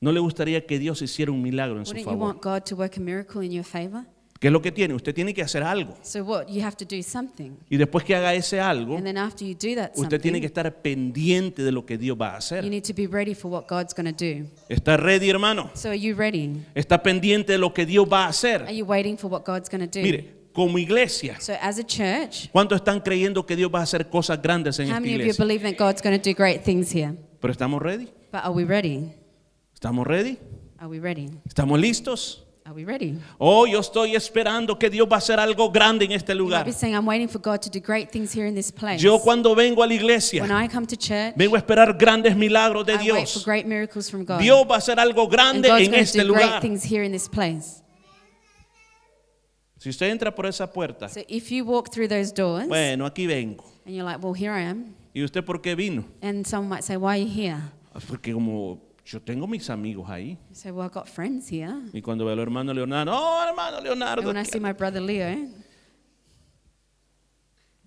¿No le gustaría que Dios hiciera un milagro en su Wouldn't you favor? want God to work a miracle in your favor? ¿Qué es lo que tiene? Usted tiene que hacer algo. So what? You have to do something. Y después que haga ese algo, And then after you do that usted tiene que something, estar pendiente de lo que Dios va a you hacer. need to be ready for what God's going to do. ¿Está ready, hermano? So are you ready? ¿Está pendiente de lo que Dios va a Are hacer? you waiting for what God's going to do? Mire, como iglesia, So as a church, ¿Cuántos están creyendo que Dios va a hacer cosas grandes en how esta many of you iglesia? believe that God's going to do great things here? Pero estamos ready, But are we ready? estamos ready, Are we ready? estamos listos. Are we ready? Oh, yo estoy esperando que Dios va a hacer algo grande en este You might lugar. be saying, I'm waiting for God to do great things here in this place. Yo cuando vengo a la when iglesia, I come to church, vengo a esperar grandes milagros de I wait for Dios. great miracles from God. Dios va a hacer algo and grande God's en going to este do great lugar. things here in this place. Si usted entra por esa puerta, So if you walk through those doors bueno, aquí vengo. and you're like, well, here I am, ¿Y usted por qué vino? Ah, and someone might say, why are you here? Porque como yo tengo mis amigos ahí. You say, well, I've got friends here. Y cuando veo al hermano Leonardo, oh, hermano And Leonardo. when I ¿qué- see my brother Leo,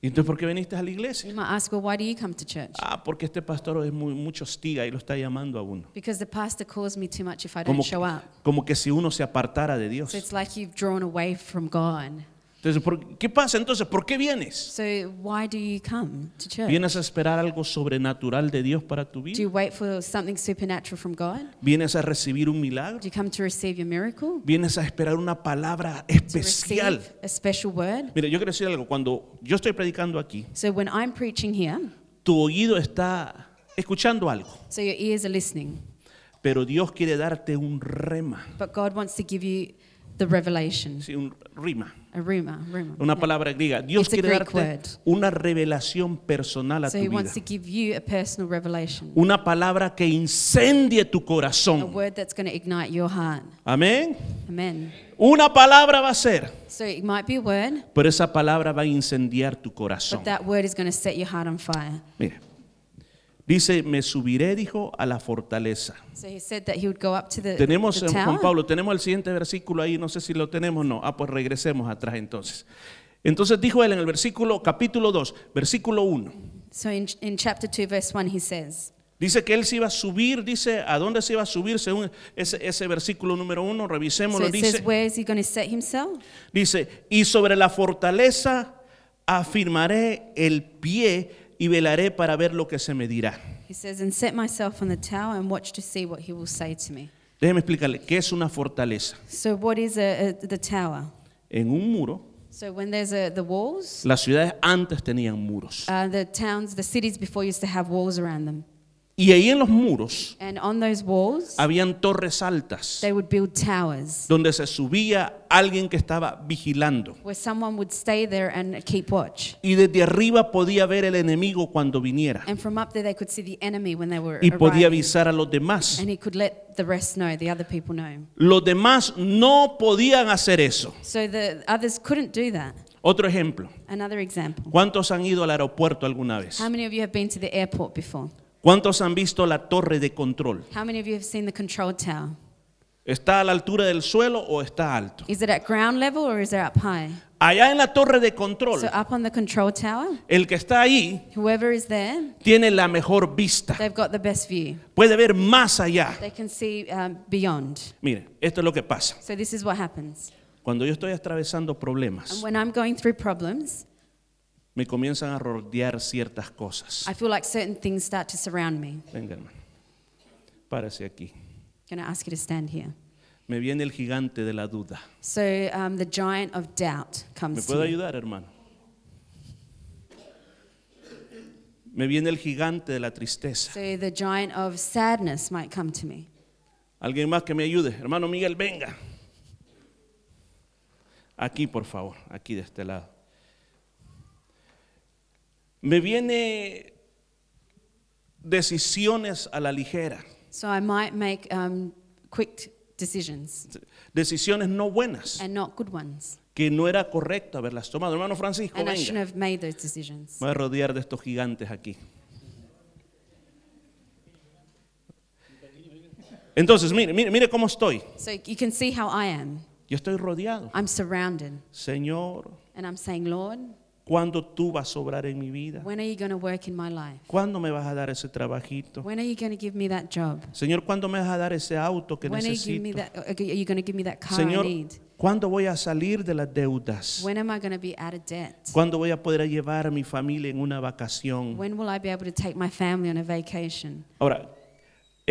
¿Y entonces por qué viniste a la iglesia? you might ask, well, why do you come to church? Ah, porque este pastor es muy, mucho hostiga y lo está llamando a uno. Because the pastor calls me too much if I Como, don't show up. como que si uno se apartara de Dios. So it's like you've drawn away from God. Entonces, ¿por- ¿qué pasa entonces? ¿Por qué vienes? So why do you come to church? ¿Vienes a esperar algo sobrenatural de Dios para tu Do vida? you wait for something supernatural from God? ¿Vienes a recibir un Do milagro? you come to receive your miracle? ¿Vienes a esperar una palabra To especial? receive a special word? Mire, yo quiero decir algo. Cuando yo estoy predicando aquí, So when I'm preaching here, tu oído está escuchando algo, so your ears are listening, pero Dios quiere darte un rema. but God wants to give you the revelation. Sí, un rima, A rhema, rhema. una yeah. palabra griega. Dios It's a quiere Greek darte word. una revelación personal a So tu he vida. wants to give you a personal revelation, Una palabra que incendie tu a corazón. word that's going to ignite your heart. Amén. Amen. Una palabra va a ser, So it might be a word, pero esa palabra va a incendiar tu corazón. but that word is going to set your heart on fire. Mira, dice, me subiré, dijo, a la fortaleza. So he said that he would go up to the, Tenemos, the eh, Juan tower. Pablo, tenemos el siguiente versículo ahí, no sé si lo tenemos o no. Ah, pues regresemos atrás entonces. Entonces dijo él en el versículo, capítulo 2, versículo 1. So in, in chapter 2, verse 1, he says, Dice que él se iba a subir, dice, ¿a dónde se iba a subir? Según ese, ese versículo número 1, So revisémoslo, it dice. says, where is he going to set himself? Dice, y sobre la fortaleza afirmaré el pie y velaré para ver lo que se me dirá. He says, and set myself on the tower and watch to see what he will say to me. Déjeme explicarle, ¿qué es una fortaleza? So what is a, a, the tower? En un muro, So when there's a, the walls, las ciudades antes tenían muros. uh, the towns, the cities before used to have walls around them. Y ahí en los muros And on those walls, habían torres altas they would build towers donde se subía alguien que estaba vigilando. where someone would stay there and keep watch. Y desde arriba podía ver el enemigo cuando viniera. And from up there, they could see the enemy when they were Y podía arriving. avisar a los demás. And he could let the rest know, the other people know. Los demás no podían hacer eso. So the others couldn't do that. Otro ejemplo. Another example. ¿Cuántos han ido al aeropuerto alguna vez? How many of you have been to the airport before? ¿Cuántos han visto la torre de control? How many of you have seen the control tower? ¿Está a la altura del suelo o está alto? Is it at ground level or is it up high? Allá en la torre de control, So ah, up on the control tower, el que está ahí whoever is there, tiene la mejor vista. they've got the best view. Puede ver más allá. They can see um, beyond. Mire, esto es lo que pasa. So this is what happens. Cuando yo estoy atravesando And problemas, when I'm going through problems, me comienzan a rodear ciertas cosas. I feel like certain things start to surround me. Venga, hermano. Párese aquí. I'm going to ask you to stand here. Me viene el gigante de la duda. So um, the giant of doubt ¿Me comes puede to you. ayudar, hermano? Me viene el gigante de la tristeza. So the giant of sadness might come to me. Alguien más que me ayude. Hermano Miguel, venga. Aquí, por favor, aquí de este lado. Me viene decisiones a la ligera, So I might make um, quick decisions decisiones no buenas, and not good ones. que no era correcto haberlas tomado. Hermano Francisco, And I venga. shouldn't have made those decisions. Me voy a rodear de estos gigantes aquí. Entonces, mire, mire, mire cómo estoy. So you can see how I am. Yo estoy rodeado. I'm surrounded. Señor, And I'm saying, Lord, ¿cuándo tú vas a obrar en mi vida? when are you going to work in my life? ¿Cuándo me vas a dar ese trabajito? When are you going to give me that job? Señor, ¿cuándo me vas a dar ese auto que When are you, give me necesito? that, uh, are you going to give me that car I Señor, need? ¿cuándo voy a salir de las deudas? When am I going to be out of debt? ¿Cuándo voy a poder llevar a mi familia en una vacación? When will I be able to take my family on a vacation? Ahora,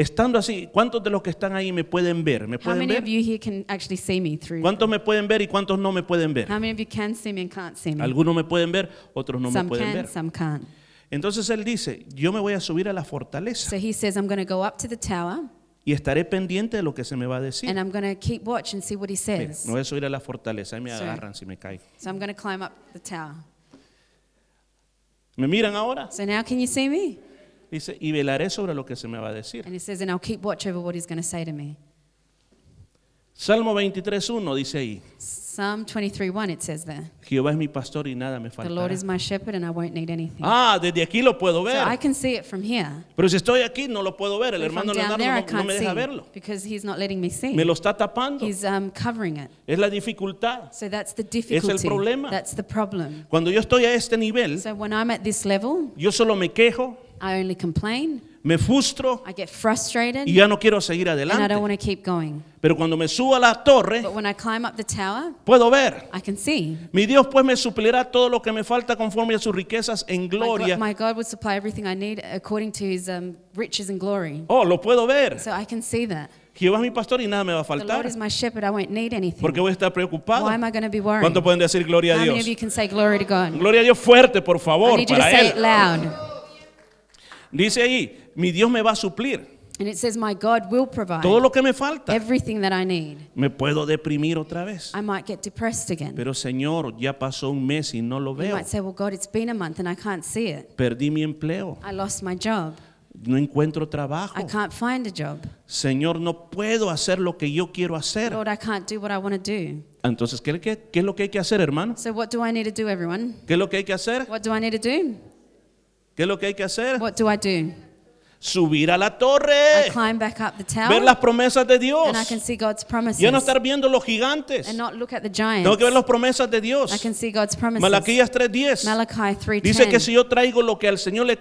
estando así, ¿cuántos de los que están ahí me pueden ver? ¿Me How pueden many ver? of you here can actually see me through? ¿Cuántos me pueden ver y cuántos no me pueden ver? How many of you can see me and can't see me? Algunos me pueden ver, otros no me some pueden can, ver. some can't. Entonces él dice, yo me voy a subir a la fortaleza So he says, I'm going to go up to the tower y estaré pendiente de lo que se me va a decir. and I'm going to keep watch and see what he Mira, says. me voy a subir a la fortaleza, ahí me Sorry. agarran si me caigo. So I'm going to climb up the tower. ¿Me miran ahora? So now can you see me? Dice, y velaré sobre lo que se me va a decir. And he says, and I'll keep watch over what he's going to say to me. Salmo 23.1 dice ahí, Psalm 23:1 it says there. Jehová es mi pastor y nada me The faltará. Lord is my shepherd and I won't need anything. Ah, desde aquí lo puedo So I ver. can see it from here. Pero si estoy aquí no lo puedo ver. El But if I'm hermano down Leonardo there, I no, no can't me deja verlo. see because he's not letting me Me see. lo está tapando. He's um, covering it. Es la dificultad. So that's the difficulty. problema. That's the problem. Cuando yo estoy a este nivel, So when I'm at this level, yo solo me quejo, I only complain, me frustro I get frustrated, y ya no quiero seguir and I don't adelante. want to keep going. Pero cuando me subo a la torre, But when I climb up the tower, puedo ver. I can see. Mi Dios pues me suplirá todo lo que me falta conforme a sus riquezas en My God, gloria. my God would supply everything I need according to his um, riches and glory. Oh, lo puedo ver. So I can see that. Jehová es mi pastor y nada me va a The Lord faltar. is my shepherd, I won't need anything. Porque voy a estar preocupado. Why am I going to be worried? ¿Cuánto pueden decir gloria a How many of Dios? you can say glory to God? Gloria a Dios fuerte, por I favor, need you to para say it él. loud. Dice ahí, mi Dios me va a suplir. And it says, My God will provide Todo lo que me falta. everything that I need. Me puedo deprimir otra vez. I might get depressed again. Pero Señor, ya pasó un mes y no lo You veo. might say, Well, God, it's been a month and I can't see it. Perdí mi empleo. I lost my job. No encuentro trabajo. I can't find a job. Señor, no puedo hacer lo que yo quiero hacer. Lord, I can't do what I want to do. Entonces, ¿qué, qué, qué es lo que hay que hacer, hermano? So, what do I need to do, everyone? ¿Qué es lo que hay que hacer? What do I need to do? ¿Qué es lo que hay que hacer? What do I do? Subir a la I torre. climb back up the Ver tower las promesas de Dios. and I can see God's promises Ya no estar viendo los gigantes. and not look at the Tengo que ver giants. las promesas de I Dios. can see God's promises. Malaquías 3:10 Malachi dice que si 3:10. yo traigo lo que al Señor le It says that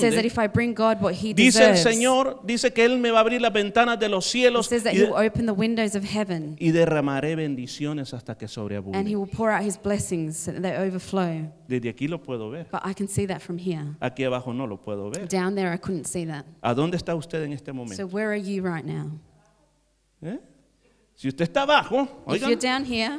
corresponde, if I bring God what he dice el deserves, Señor, dice que Él me va a abrir las ventanas de los it cielos says that y, he will open the windows of heaven y derramaré bendiciones hasta que and he sobreabunde. will pour out his blessings so that they overflow. Desde aquí lo puedo ver. But I can see that from here. Aquí abajo no lo puedo ver. Down there, I couldn't see that. ¿A dónde está usted en este So, momento? where are you right now? ¿Eh? Si usted está abajo, If you're oigan, down here,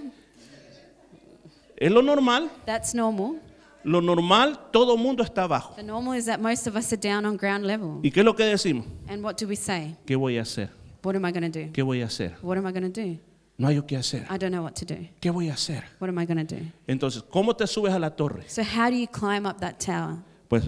es lo normal. that's normal. Lo normal, todo mundo está abajo. The normal is that most of us are down on ground level. ¿Y qué es lo que decimos? And what do we say? ¿Qué voy a hacer? What am I going to do? ¿Qué voy a hacer? What am I going to do? No hay que hacer. I don't know what to do. ¿Qué voy a hacer? What am I going to do? Entonces, ¿cómo te subes a la torre? So, how do you climb up that tower? Pues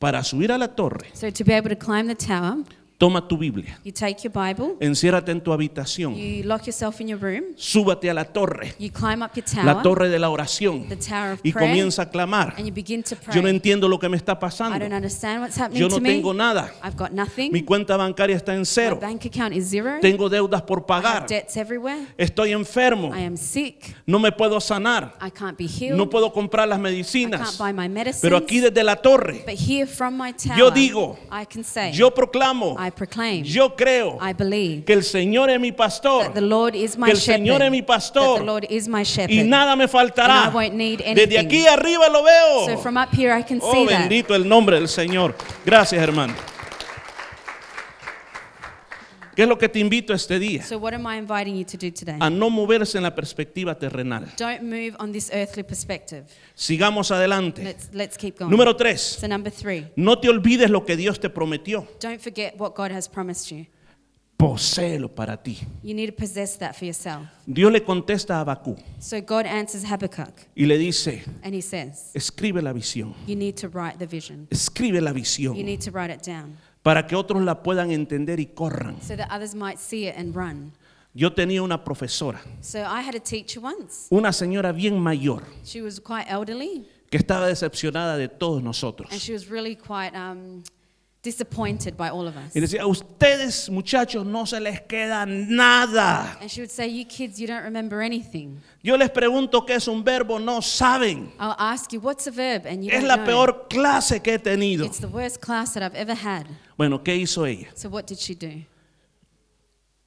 para subir a la torre, So, to be able to climb the tower, toma tu Biblia, you take your Bible, enciérrate en tu habitación, you lock yourself in your room, súbate a la torre, you climb up your la tower, torre de la oración, the tower of y prayer, comienza a clamar. and you begin to pray. Yo no entiendo lo que me está I don't pasando. understand what's happening Yo to no me. tengo nada. I've got nothing. Mi cuenta bancaria está en My cero. bank account is zero. Tengo deudas por I have pagar. debts everywhere. Estoy enfermo. I am sick. No me puedo sanar. I can't be healed. No puedo comprar las I can't medicinas. buy my medicine. Pero aquí desde la torre, but here from my tower, Yo digo, I can say, yo proclamo, I proclaim, yo creo I believe que el Señor es mi pastor that the Lord is my que el shepherd. Señor es mi pastor that the Lord is my shepherd. y nada me faltará. And I won't need Desde aquí anything. arriba lo veo. so from up here I can oh, see that. bendito el nombre del Señor. Gracias, hermano. ¿Qué es lo que te invito este día? So what am I inviting you to do today? A no moverse en la perspectiva terrenal. Don't move on this earthly perspective. Sigamos adelante. Let's let's keep going. Número tres. so number three, No te olvides lo que Dios te prometió. don't forget what God has promised you. Poseelo para ti. You need to possess that for yourself. Dios le contesta a Abacú So God answers Habakkuk y le dice, and he says, escribe la visión. You need to write the vision. Escribe la You visión need to write it down para que otros la puedan entender y corran. so that others might see it and run. Yo tenía una profesora, So I had a teacher once. una señora bien mayor, She was quite elderly que estaba decepcionada de todos and nosotros. she was really quite um, disappointed by all of us. Y decía, a ustedes muchachos no se les queda nada. And she would say, You kids, you don't remember anything. Yo les pregunto qué es un verbo, no saben. I'll ask you, What's a verb? And you Es don't la know. peor clase que he tenido. It's the worst class that I've ever had. Bueno, ¿qué hizo ella? So what did she do?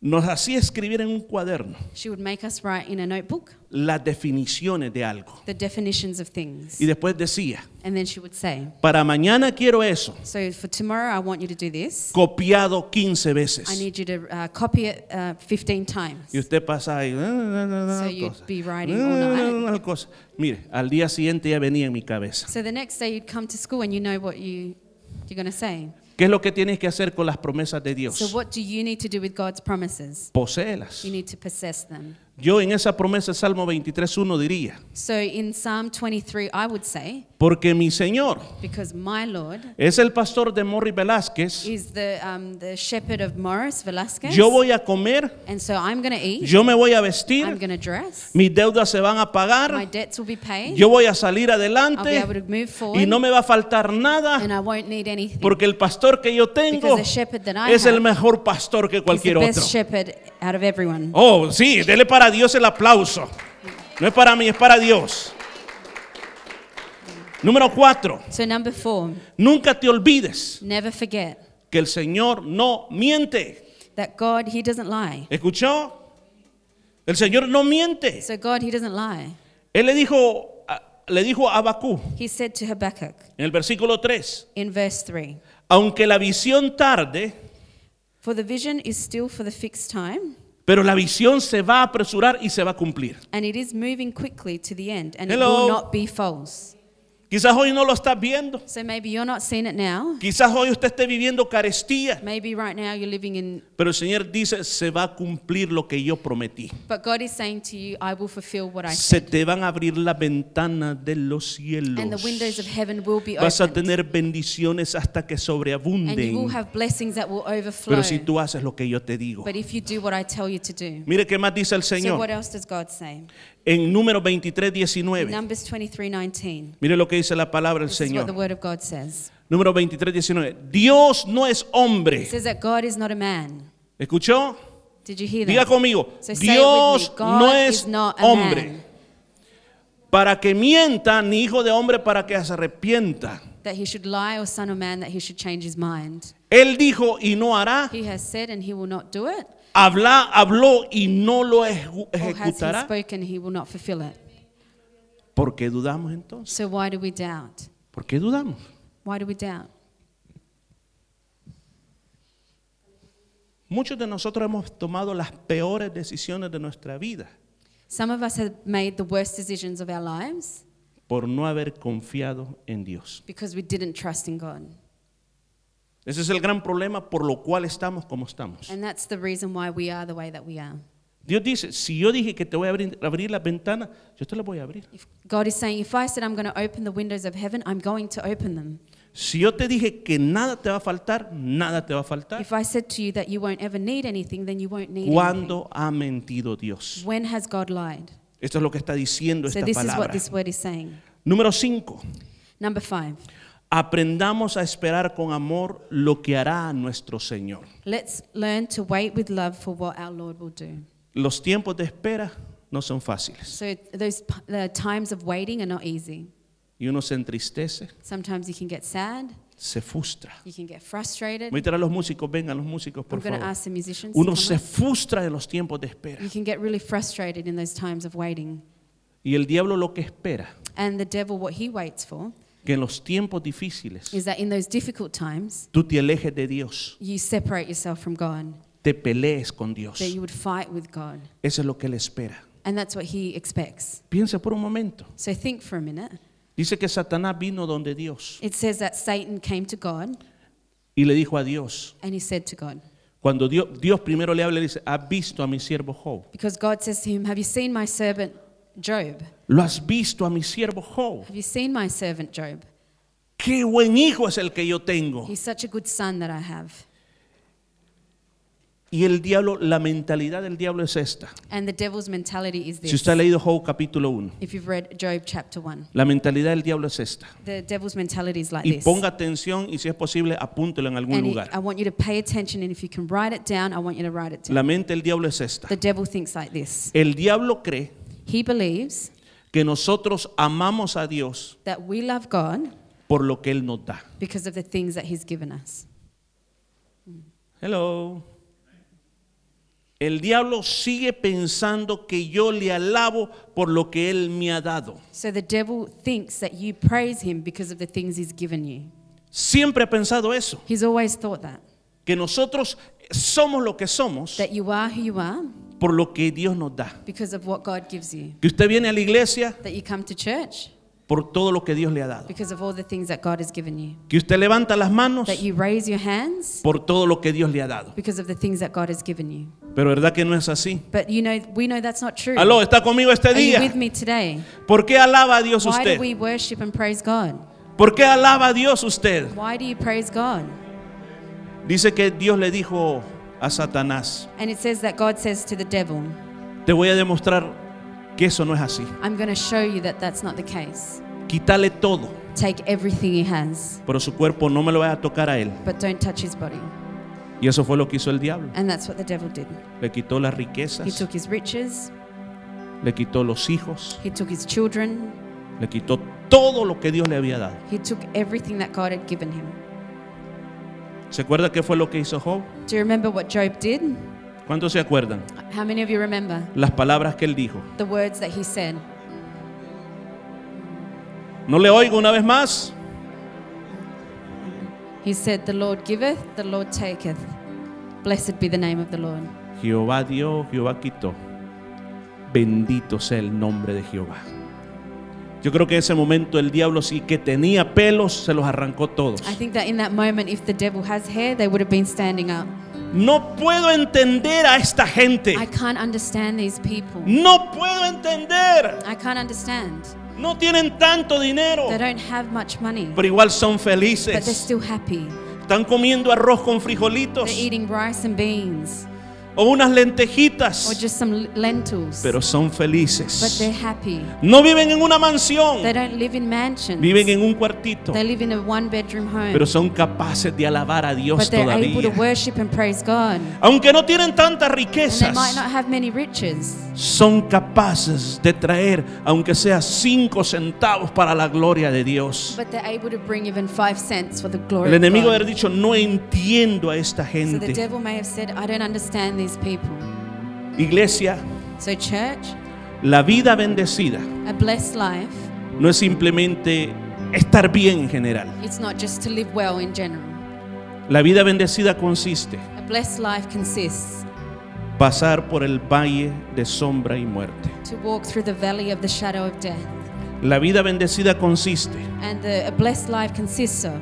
Nos hacía escribir en un cuaderno She would make us write in a notebook las definiciones de algo. the definitions of things. Y después decía, And then she would say, para mañana quiero eso, So for tomorrow, I want you to do this. copiado 15 I veces. need you to uh, copy it uh, 15 times. Y usted pasa ahí. "Ah, ah, ah, ah, So you'd cosa. be writing Ah, all ah, night. ah, ah, cosa". Mire, al día siguiente ya venía en mi cabeza. So the next day, you'd come to school and you know what you, you're going to say. ¿Qué es lo que tienes que hacer con las promesas de So Dios? what do you need to do with God's promises? Poseelas. You need to possess them. Yo en esa promesa, Salmo 23.1 diría, So in Psalm 23, I would say, porque mi Señor because my Lord es el pastor de Morri Velázquez, is the, um, the shepherd of Morris Velasquez. yo voy a comer, And so I'm going to eat. yo me voy a I'm vestir, going to dress. mis deudas se van a My pagar, debts will be paid. yo voy a salir I'll be adelante able to move y forward. no me va a faltar nada. and I won't need anything. Porque el pastor que yo tengo Because the shepherd that I es have el mejor pastor que He's the cualquier best otro. shepherd out of everyone. Oh, sí, dele para Dios el aplauso. No es para mí, es para Dios. Número cuatro, So number four, nunca te olvides never forget que el Señor no miente. that God, He doesn't lie. ¿Escuchó? El Señor no miente. So God, He doesn't lie. Él le dijo, a- le dijo a Abacú He said to Habakkuk en el versículo 3, in verse three, aunque la visión tarde, "For the vision is still for the fixed time, pero la visión se va a apresurar y se va a cumplir. and it is moving quickly to the end, and Hello. it will not be false." Quizás hoy no lo estás viendo. So maybe you're not seeing it now. Quizás hoy usted esté viviendo carestía. Maybe right now you're living in, Pero el Señor dice, se va a cumplir lo que yo prometí. but God is saying to you, I will fulfill what I Se said. te van a abrir las ventanas de los And the cielos. windows of heaven will be Vas a opened. tener bendiciones hasta que And you will sobreabunden. have blessings that will overflow. Pero si tú haces lo que yo te digo. But if you do what I tell you to do. Mire qué más dice el So what Señor else does God say? en número 23, In 19. Numbers 23:19. Mire lo que dice la palabra del This is what the Señor. word of God says. Número 23, 19. Dios no es It hombre. says that God is not a man. ¿Escuchó? Did you hear Diga that? conmigo. So say it with Dios me. God no is es not a hombre. man Para que mienta, ni hijo de hombre para que se arrepienta. that he should lie or son of man that he should change his mind. Él dijo y no hará. He has said and he will not do it. Habla, habló y no lo eju- Or Oh, has he ejecutará. spoken he will not fulfill it. ¿Por qué dudamos entonces? So why do we doubt? ¿Por qué dudamos? Why do we doubt? Muchos de nosotros hemos tomado las peores decisiones de nuestra vida Some of us have made the worst decisions of our lives por no haber confiado en Dios. because we didn't trust in God. Ese es el gran problema por lo cual estamos como estamos. And that's the reason why we are the way that we are. Dios dice, si yo dije que te voy a abrir, abrir las ventanas, yo te las voy a abrir. If God is saying, if I said I'm going to open the windows of heaven, I'm going to open them. Si yo te dije que nada te va a faltar, nada te va a faltar. If I said to you that you won't ever need anything, then you won't need ¿Cuándo ha mentido Dios? anything. When has God lied? Esto es lo que está diciendo So esta this is what palabra. this word is saying. Número 5. Number five. Aprendamos a esperar con amor lo que hará nuestro Señor. Let's learn to wait with love for what our Lord will do. Los tiempos de espera no son fáciles. So those p- the times of waiting are not easy. Y uno se entristece, Sometimes you can get sad, se frustra. you can get frustrated. Voy a traer a los músicos, vengan los músicos, I'm por going to favor. ask the musicians. to Uno come se up. frustra en los tiempos de espera. You can get really frustrated in those times of waiting. Y el diablo lo que espera, And the devil, what he waits for, que en los tiempos difíciles is that in those difficult times, tú te alejes de Dios, you separate yourself from God, te pelees con Dios. that you would fight with God. Eso es lo que él espera. And that's what he expects. Piensa por un momento. So think for a minute. Dice que Satanás vino donde Dios It says that Satan came to God y le dijo a Dios, and he said to God, cuando Dios, Dios primero le habla, le dice, ¿has visto a mi siervo Job? because God says to him, Have you seen my servant Job? ¿Lo has visto a mi siervo Job? Have you seen my servant Job? Qué buen hijo es el que yo tengo. He's such a good son that I have. Y el diablo, la mentalidad del diablo es esta. And the devil's mentality is Si usted ha this. leído Job capítulo 1, If you've read Job chapter 1, la mentalidad del diablo es esta. the devil's mentality is like Y this. ponga atención y si es posible, apúntelo en algún And he- lugar. I want you to pay attention, and if you can write it down, I want you to write it down. La mente del diablo es esta. The devil thinks like this. El diablo cree He believes que nosotros amamos a Dios that we love God por lo que Él nos da. because of the things that he's given us. Hello. El diablo sigue pensando que yo le alabo por lo que Él me ha dado. So the devil thinks that you praise him because of the things he's given you. Siempre ha pensado eso, He's always thought that, que nosotros somos lo que somos that you are who you are por lo que Dios nos da. because of what God gives you, Que usted viene a la iglesia that you come to church por todo lo que Dios le ha dado. because of all the things that God has given you, Que usted levanta las manos that you raise your hands por todo lo que Dios le ha dado. because of the things that God has given you. Pero verdad que no es así. But you know, we know that's not true. Aló, está conmigo este Are you with día. me today? ¿Por qué alaba a Dios Why do usted? we worship and praise God? ¿Por qué alaba a Dios usted? Why do you praise God? Dice que Dios le dijo a Satanás, And it says that God says to the devil, te voy a demostrar que eso no es así. I'm going to show you that that's not the case. Quítale todo, Take everything he has, pero su cuerpo no me lo vaya a tocar a él. but don't touch his body. Y eso fue lo que hizo el diablo. And that's what the devil did. Le quitó las He riquezas, took his riches, le quitó los hijos, he took his children, le quitó todo lo que Dios le había dado. he took everything that God had given him. ¿Se acuerda qué fue lo que hizo Job? Do you remember what Job did? ¿Cuántos se acuerdan? How many of you remember Las palabras que él dijo. the words that he said? No le oigo una vez más. He said, The Lord giveth, the Lord taketh. Blessed be the name of the Lord. Jehová dio, Jehová quitó. Bendito sea el nombre de Jehová. Yo creo que en ese momento el diablo sí que tenía pelos, se los arrancó todos. I think that in that moment, if the devil has hair, they would have been standing up. No puedo entender a esta gente. I can't understand these people. No puedo entender. I can't understand. No tienen tanto dinero, They don't have much money, pero igual son but they're felices. still happy. Están comiendo arroz con frijolitos They're eating rice and beans o unas or lentejitas, just some l- lentils, pero son but felices. they're happy. No viven en una mansión, They don't live in mansions. viven en un cuartito, They live in a one bedroom home, pero son capaces de alabar a Dios but they're able to todavía. worship and praise God. Aunque no tienen tantas And they might riquezas, not have many riches, son capaces de traer, aunque sea cinco centavos para la gloria de Dios. but they're able to bring even five cents for the El glory of enemigo God. haber dicho, no entiendo a esta So the gente. devil may have said, I don't understand these people. Iglesia, So, church, la vida bendecida a blessed life, no es simplemente estar bien en general. it's not just to live well in general. La vida bendecida consiste A blessed life consists pasar por el valle de sombra y muerte. to walk through the valley of the shadow of death. La vida bendecida consiste And the, a blessed life consists of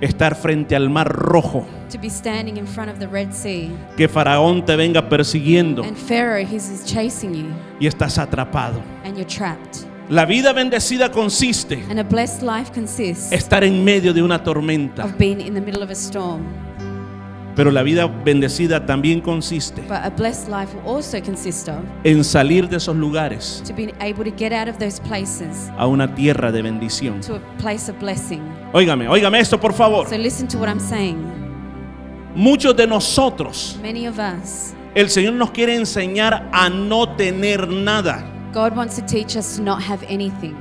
estar frente al mar rojo, to be standing in front of the Red Sea. que Faraón te venga persiguiendo And Pharaoh, he's is chasing you, y estás atrapado. and you're trapped. La vida bendecida consiste And a blessed life consists estar en medio de una tormenta, of being in the middle of a storm. pero la vida bendecida también consiste But a blessed life will also consist of en salir de esos lugares to be able to get out of those places a una tierra de bendición. to a place of blessing. Óigame, óigame esto por favor. So listen to what I'm saying. Muchos de nosotros, Many of us, el Señor nos quiere enseñar a no tener nada. God wants to teach us to not have anything.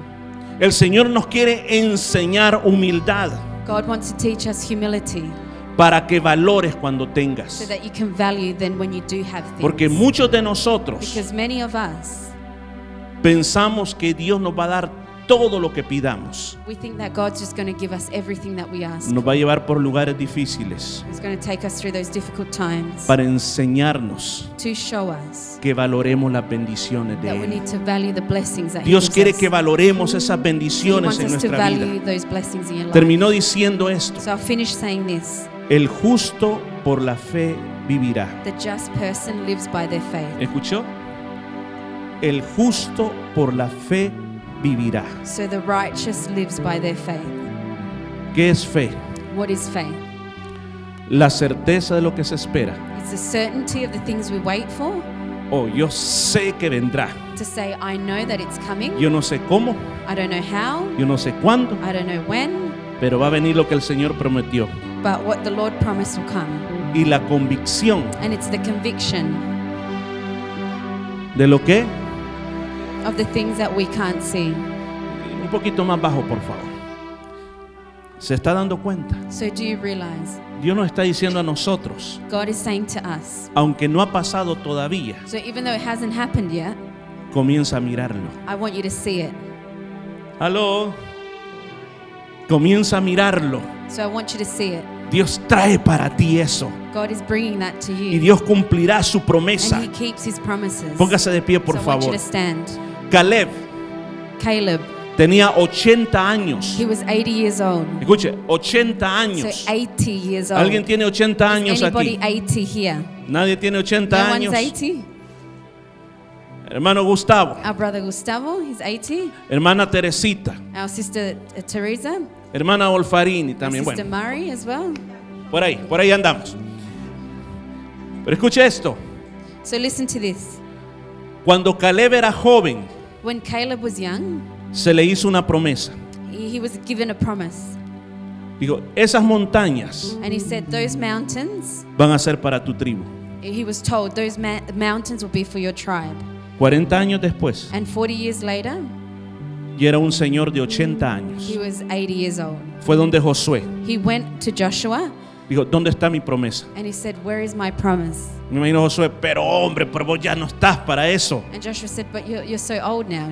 El Señor nos quiere enseñar humildad God wants to teach us humility para que valores cuando so tengas. that you can value then when you do have things. Porque muchos de nosotros because many of us, pensamos que Dios nos va a dar todo lo que pidamos. we think that God's just going to give us everything that we ask. Nos va a llevar por lugares difíciles He's going to take us through those difficult times para enseñarnos to show us que valoremos las bendiciones that de we Él. need to value the blessings that Dios He quiere gives que us. valoremos esas He bendiciones wants en us to nuestra value vida. those blessings in your life. Terminó diciendo esto. So I'll finish saying this. El justo por la fe vivirá. The just person lives by their faith. ¿Escuchó? El justo por la fe vivirá. So the righteous lives by their faith. ¿Qué es fe? What is faith? La certeza de lo que se espera. It's the certainty of the things we wait for, Oh, yo sé que vendrá. to say, I know that it's coming. Yo no sé cómo, I don't know how, yo no sé cuándo, I don't know when, pero va a venir lo que el Señor prometió. but what the Lord promised will come. Y la convicción And it's the conviction de lo que... of the things that we can't see. Un poquito más bajo, por favor. Se está dando cuenta. So do you realize Dios nos está diciendo a nosotros, God is saying to us, aunque no ha pasado todavía, so even though it hasn't happened yet, comienza a mirarlo. I want you to see it. Aló. Comienza a mirarlo. So I want you to see it. Dios trae para ti eso. God is bringing that to Y you. Dios cumplirá su promesa. And he keeps his promises. Póngase de pie, so por I want you favor. to stand. Caleb Caleb, tenía 80 años. he was 80 years old. Escuche, 80 años. So 80 years old. ¿Alguien tiene 80 años is Pues anybody aquí? 80 here? Nadie tiene 80 no años. one's 80. Hermano Gustavo, Our brother Gustavo, he's 80. hermana Teresita, Our sister uh, Teresa. hermana Olfarini Our también. sister Bueno, Mari as well. por ahí, por ahí andamos. Pero escuche esto. So listen to this. Cuando Caleb era joven, When Caleb was young, se le hizo una promesa. he, he was given a promise. Digo, esas montañas And he said, Those mountains, van a ser para tu tribu. he was told, those ma- mountains will be for your tribe. 40 años después, And 40 years later, y era un señor de 80 he años. was 80 years old. Fue donde Josué. He went to Joshua Dijo, ¿dónde está mi promesa? and he said, Where is my promise? Me imagino Josué, pero hombre, pero vos ya no estás para eso. And Joshua said, But you're, you're so old now.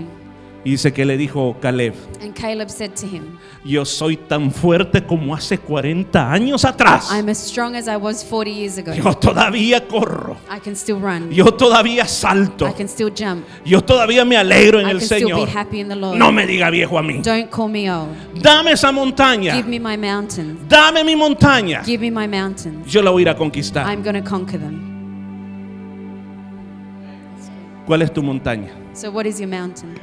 Y dice que le dijo Caleb, And Caleb said to him, yo soy tan fuerte como hace 40 años atrás. I'm as strong as I was 40 years ago. Yo todavía corro. I can still run. Yo todavía salto. I can still jump. Yo todavía me alegro en I el can still be Señor. happy in the No Lord. me diga viejo a mí. Don't call me old. Dame esa montaña. Give me my mountains. Dame mi montaña. Give me my mountains. Yo la voy a ir a conquistar. I'm going to conquer them. ¿Cuál es tu montaña? So, what is your mountain?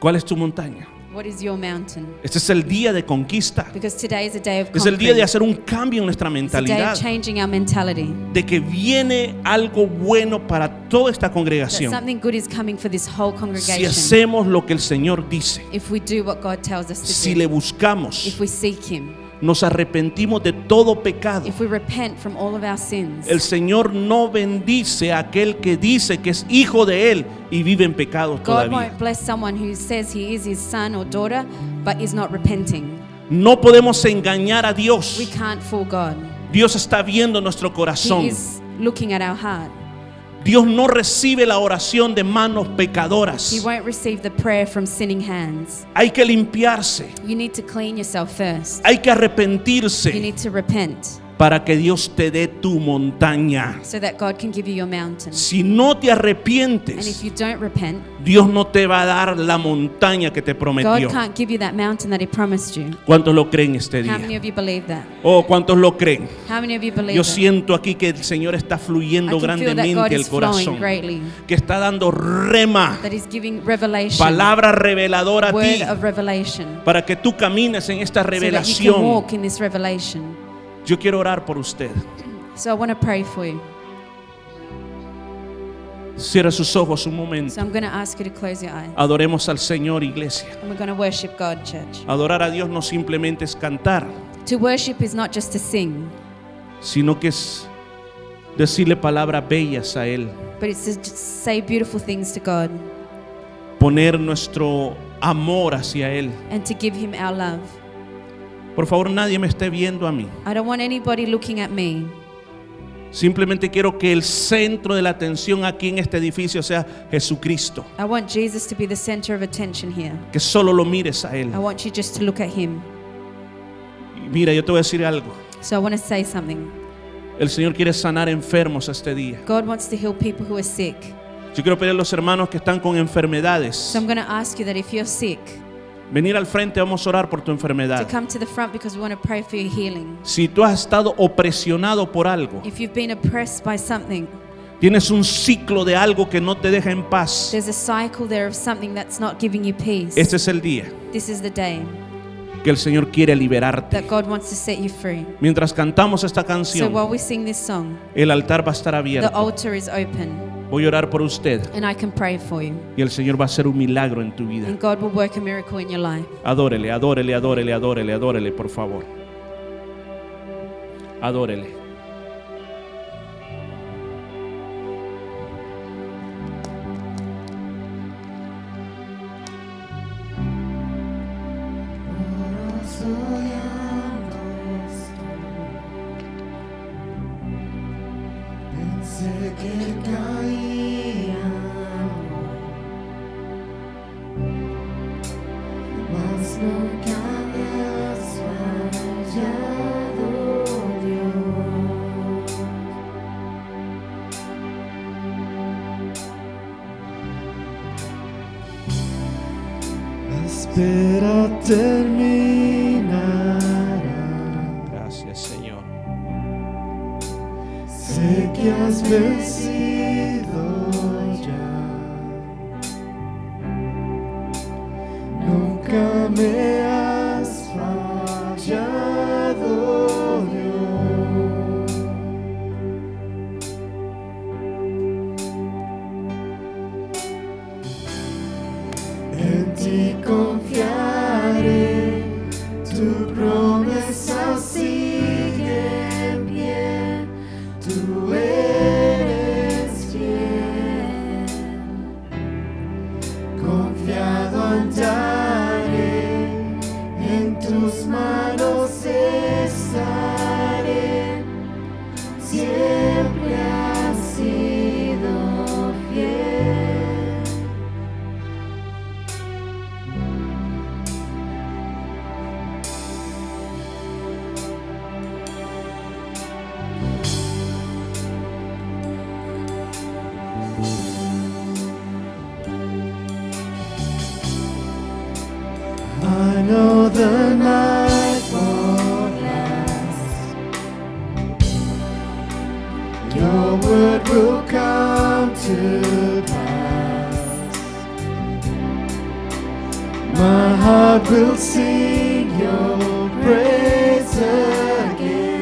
¿Cuál es tu montaña? What is your mountain? Este es el día de conquista. Because today is a day of Es el día de conquering. hacer un cambio en nuestra It's a day mentalidad. of changing our mentality. De que viene algo bueno para toda esta That congregación. something good is coming for this whole Si congregation. hacemos lo que el Señor dice. If we do what God tells us Si to le do. buscamos. If we seek Him. Nos arrepentimos de todo pecado. If we repent from all of our sins. El Señor no bendice a aquel que dice que es hijo de Él y vive en pecados God todavía. won't bless someone who says he is his son or daughter but is not repenting. No podemos engañar a We Dios. can't fool God. Dios está viendo nuestro He corazón. is looking at our heart. Dios no recibe la oración de manos He pecadoras. won't receive the prayer from sinning hands. Hay que limpiarse. You need to clean yourself first. Hay que You arrepentirse need to repent para que Dios te dé tu montaña. so that God can give you your mountain. Si no te And if arrepientes, you don't repent, Dios no te va a dar la montaña que te prometió. God can't give you that mountain that He promised you. ¿Cuántos lo creen este How día? many of you believe that? Oh, ¿cuántos lo creen? How many of you believe Yo it? siento aquí que el Señor está I fluyendo can feel that God grandemente el is flowing corazón, greatly. que está dando rema, That He's giving revelation. palabra reveladora a word ti, of revelation. para que tú camines en esta So that you can revelación. walk in this revelation. Yo quiero orar por usted. So I want to pray for you. Cierra sus ojos un momento. So I'm going to ask you to close your eyes. Adoremos al Señor, iglesia. And we're going to worship God, church. Adorar a Dios no simplemente es cantar, To worship is not just to sing, sino que es decirle palabras bellas a Él, but it's to just say beautiful things to God poner nuestro amor hacia Él. and to give Him our love. Por favor, nadie me esté viendo a mí. I don't want anybody looking at me. Simplemente quiero que el centro de la atención aquí en este edificio sea Jesucristo. I want Jesus to be the center of attention here. Que solo lo mires a Él. I want you just to look at Him. Y Mira, yo te voy a decir algo. So I want to say something. El Señor quiere sanar enfermos este día. God wants to heal people who are sick. Yo quiero pedir a los hermanos que están con enfermedades. So I'm going to ask you that if you're sick, Venir al frente, vamos a orar por tu to enfermedad. come to the front because we want to pray for your healing. Si tú has estado opresionado por algo, If you've been oppressed by something, tienes un ciclo de algo que no te deja en paz, there's a cycle there of something that's not giving you peace. este es el día This is the day que el Señor quiere liberarte. that God wants to set you free. Mientras cantamos esta So canción, while we sing this song, el altar va a estar the abierto. altar is open Voy a orar por usted. and I can pray for you. Y el Señor va a hacer un milagro en tu vida. And God will work a miracle in your life. Adórele, adórele, adórele, adórele, adórele, por favor. Adórele. Pensé que caía mas nunca me has fallado, Dios. Espera terminará. Gracias, Señor. Sé que has vencido ya. Nunca me has fallado, Dios. En ti confiaré, tu promesa sigue en pie. Tú eres fiel, confiado andaré, en tus manos estaré, siempre has sido fiel. know the night won't last. Your word will come to pass. My heart will sing your praise again.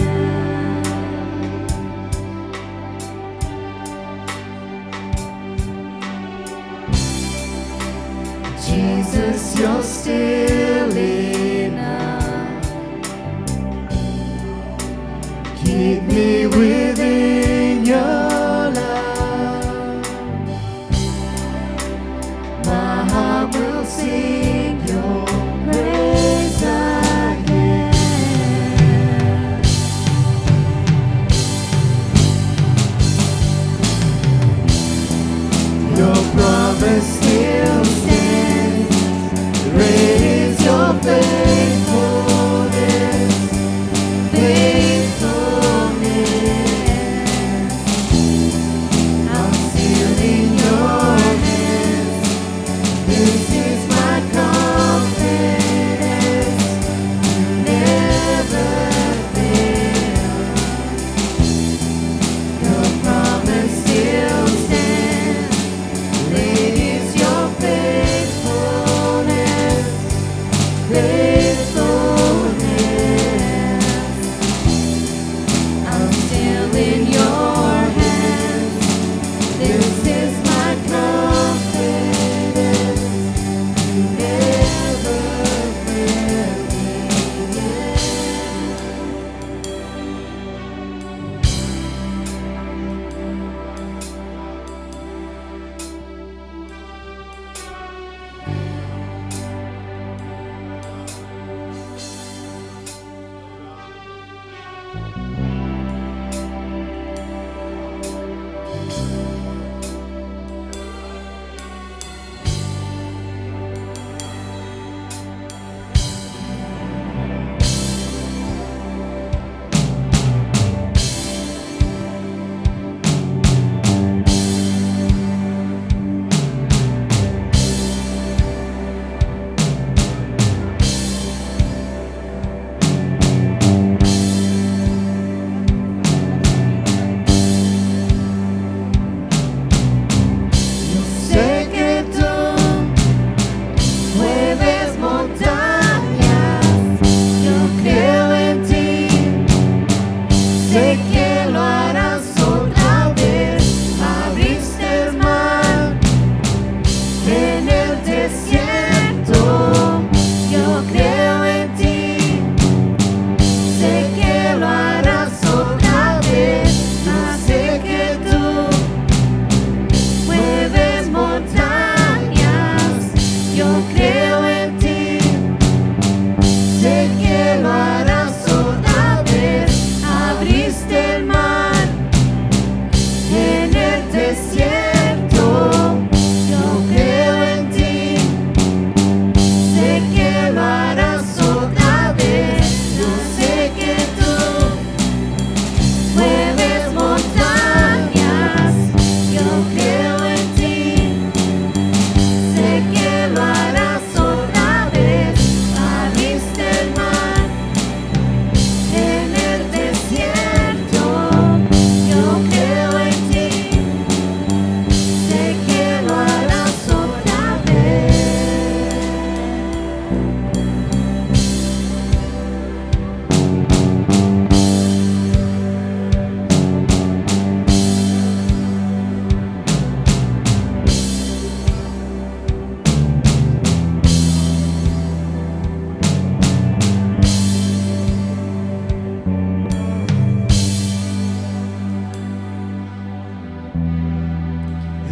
Jesus, you're still enough. Keep me within your love. My heart will sing your praise again. Your promise still stands. Great is your faithfulness. Faithfulness. I'm still in your hands. This is my confidence. You never fail. Your promise still stands. Great is your faithfulness, faithfulness. I'm still in your hands. This is my confidence. You never fail me yet. Mueves montañas, yo creo en ti. Sé que lo harás otra vez. Abriste el mar en el desierto. Yo creo en ti. Sé que lo harás otra vez. Mas sé que tú mueves montañas, yo creo en ti. Sé que lo harás otra vez, abriste el mar en el desierto. Yo creo en ti, sé que lo harás otra vez, yo sé que tú. Mueves montañas, yo creo en ti. Sé que lo harás otra vez. Abriste el mar en el desierto. Yo creo en ti. Sé que lo harás otra vez.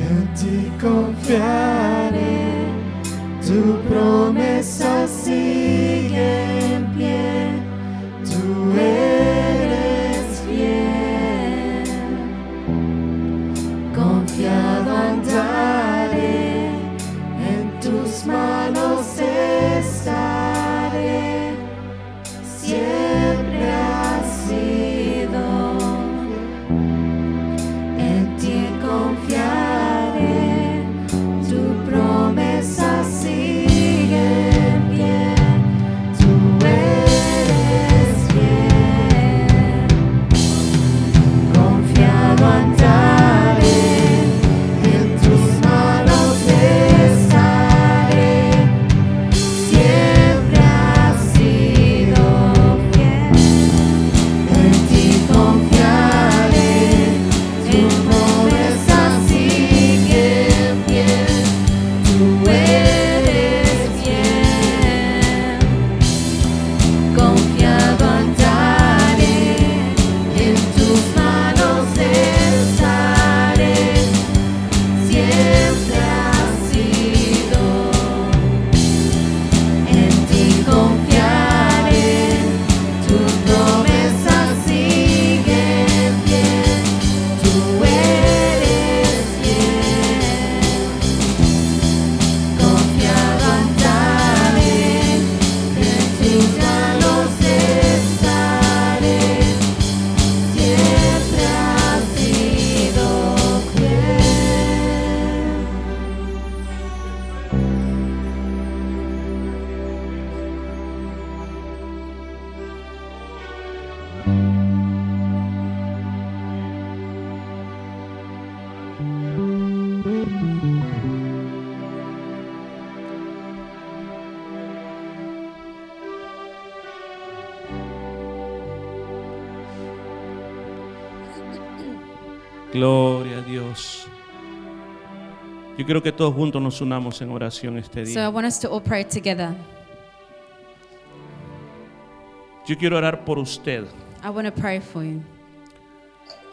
En ti confiaré, tu promesa sigue en pie, tú eres fiel. Confiado andaré, en tus manos estaré, siempre has sido. En ti confiaré, tu promesas siguen bien, tú eres bien. Confiado andaré, en tus manos estaré, siempre has sido fiel. Gloria a Dios. Yo creo que todos juntos nos unamos en oración este So I día. want us to all pray together. Yo quiero orar por usted, I want to pray for you.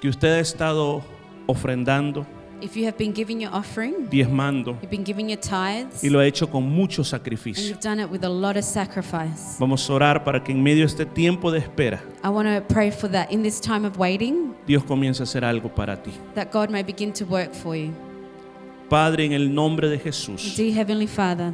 que usted ha estado ofrendando, If you have been giving your offering, diezmando you've been giving your tithes, y and lo ha hecho con mucho sacrificio. you've done it with a lot of sacrifice. Vamos a orar para que en medio de este tiempo de espera, I want to pray for that in this time of waiting, Dios comience a hacer algo para ti. that God may begin to work for you. Padre, en el nombre de Jesús, Dear Heavenly Father,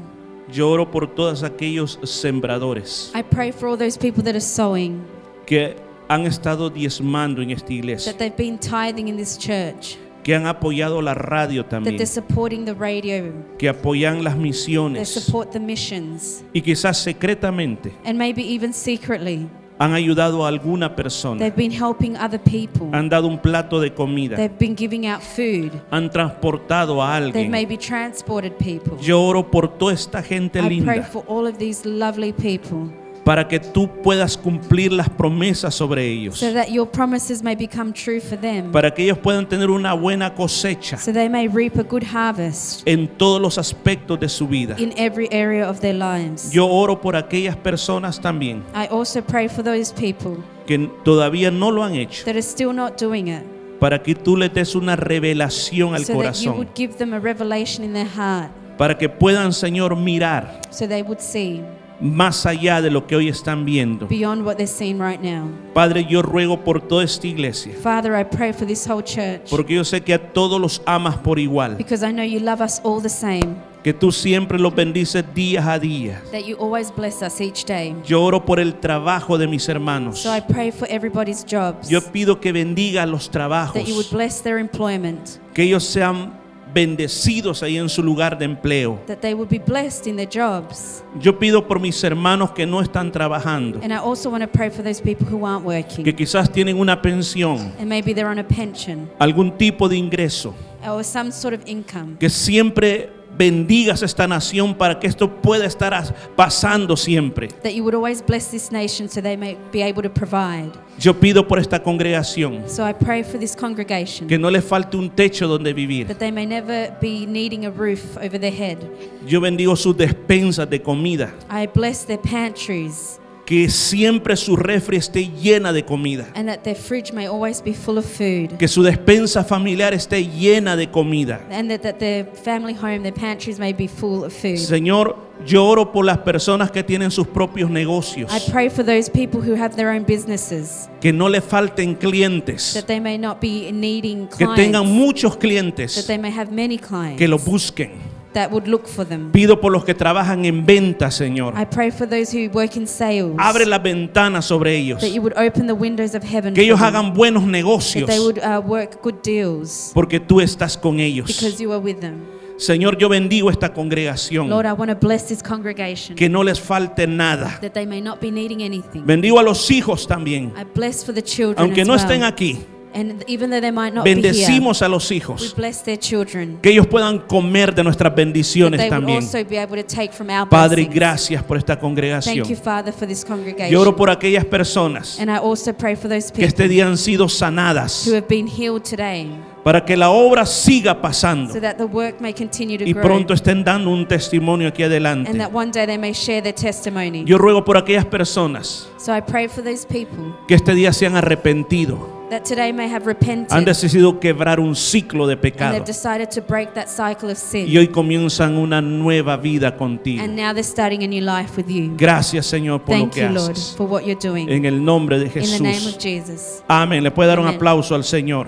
yo oro por todos aquellos sembradores I pray for all those people that are sowing, que han estado diezmando en esta iglesia, that they've been tithing in this church, que han apoyado la radio that también, they're supporting the radio, que apoyan las they misiones support the missions, y quizás secretamente and maybe even secretly, han ayudado a alguna persona, they've been helping other people, han dado un plato de comida, they've been giving out food, han transportado a they've alguien. maybe transported people. Yo oro por toda esta gente I pray linda for all of these lovely people para que tú puedas cumplir las promesas sobre ellos, so that your promises may become true for them, para que ellos puedan tener una buena cosecha so they may reap a good harvest. en todos los aspectos de su vida. in every area of their lives. Yo oro por aquellas personas también I also pray for those people que todavía no lo han hecho, that are still not doing it, para que tú les des una revelación al so that you corazón, would give them a revelation in their heart, para que puedan, Señor, mirar so they would see más allá de lo que hoy están viendo. beyond what they're seeing right now. Padre, yo ruego por toda esta iglesia, Father, I pray for this whole church porque yo sé que a todos los amas por igual, because I know you love us all the same, que tú siempre los bendices día a día. that you always bless us each day. Yo oro por el trabajo de mis hermanos. So I pray for everybody's jobs, Yo pido que bendiga los that you would trabajos, bless their employment, que ellos sean bendecidos ahí en su lugar de empleo. that they would be blessed in their jobs. Yo pido por mis hermanos que no están trabajando, And I also want to pray for those people who aren't que working quizás tienen una pensión, and maybe they're on a pension algún tipo de ingreso, or some sort of income. que siempre bendigas esta nación para que esto pueda estar as- pasando siempre. that you would always bless this nation so they may be able to provide. Yo pido por esta congregación So I pray for this congregation que no les falte un techo donde vivir. that they may never be needing a roof over their head. Yo bendigo sus despensas de comida, I bless their pantries que siempre su refri esté llena de comida, and that their fridge may always be full of food que su despensa familiar esté llena de comida. and that, that their family home, their pantries may be full of food. Señor, yo oro por las personas que tienen sus propios I negocios, pray for those people who have their own businesses que no les falten clientes, that they may not be needing que tengan clients, muchos that clientes they may have many que los clients busquen. that would look for them. Pido por los que trabajan en venta, Señor. I pray for those who work in sales Abre las ventanas sobre ellos, that you would open the windows of heaven que ellos for them. hagan buenos that negocios, they would uh, work good deals porque tú estás con ellos. because you are with them. Señor, yo bendigo esta congregación. Lord, I want to bless this congregation Que no les falte nada. that they may not be needing anything. Bendigo a los hijos también. I bless for the children Aunque as no well. estén aquí, and even though they might not be bendecimos a los here, we hijos. bless their children Que ellos puedan comer de nuestras that they bendiciones would también. also be able to take from our Padre, blessings. gracias por esta Thank you, congregación. Father, for this congregation. Yo oro por aquellas personas and I also pray for those que people este día han sido who sanadas have been healed today para que la obra siga pasando so that the work may continue to y grow pronto estén dando un testimonio aquí and adelante. that one day they may share their testimony. Yo ruego por aquellas personas so I pray for those people que este día se han arrepentido that today may have repented Han decidido quebrar un ciclo de and they've pecado decided to break that cycle of sin. y hoy comienzan una nueva vida contigo. and now they're starting a new life with you. Gracias, Señor, por lo Thank que you, Lord, haces. for what you're doing. En el nombre de In the name Jesús. of Jesus. Amén. Le puede dar un Amén. aplauso al Señor.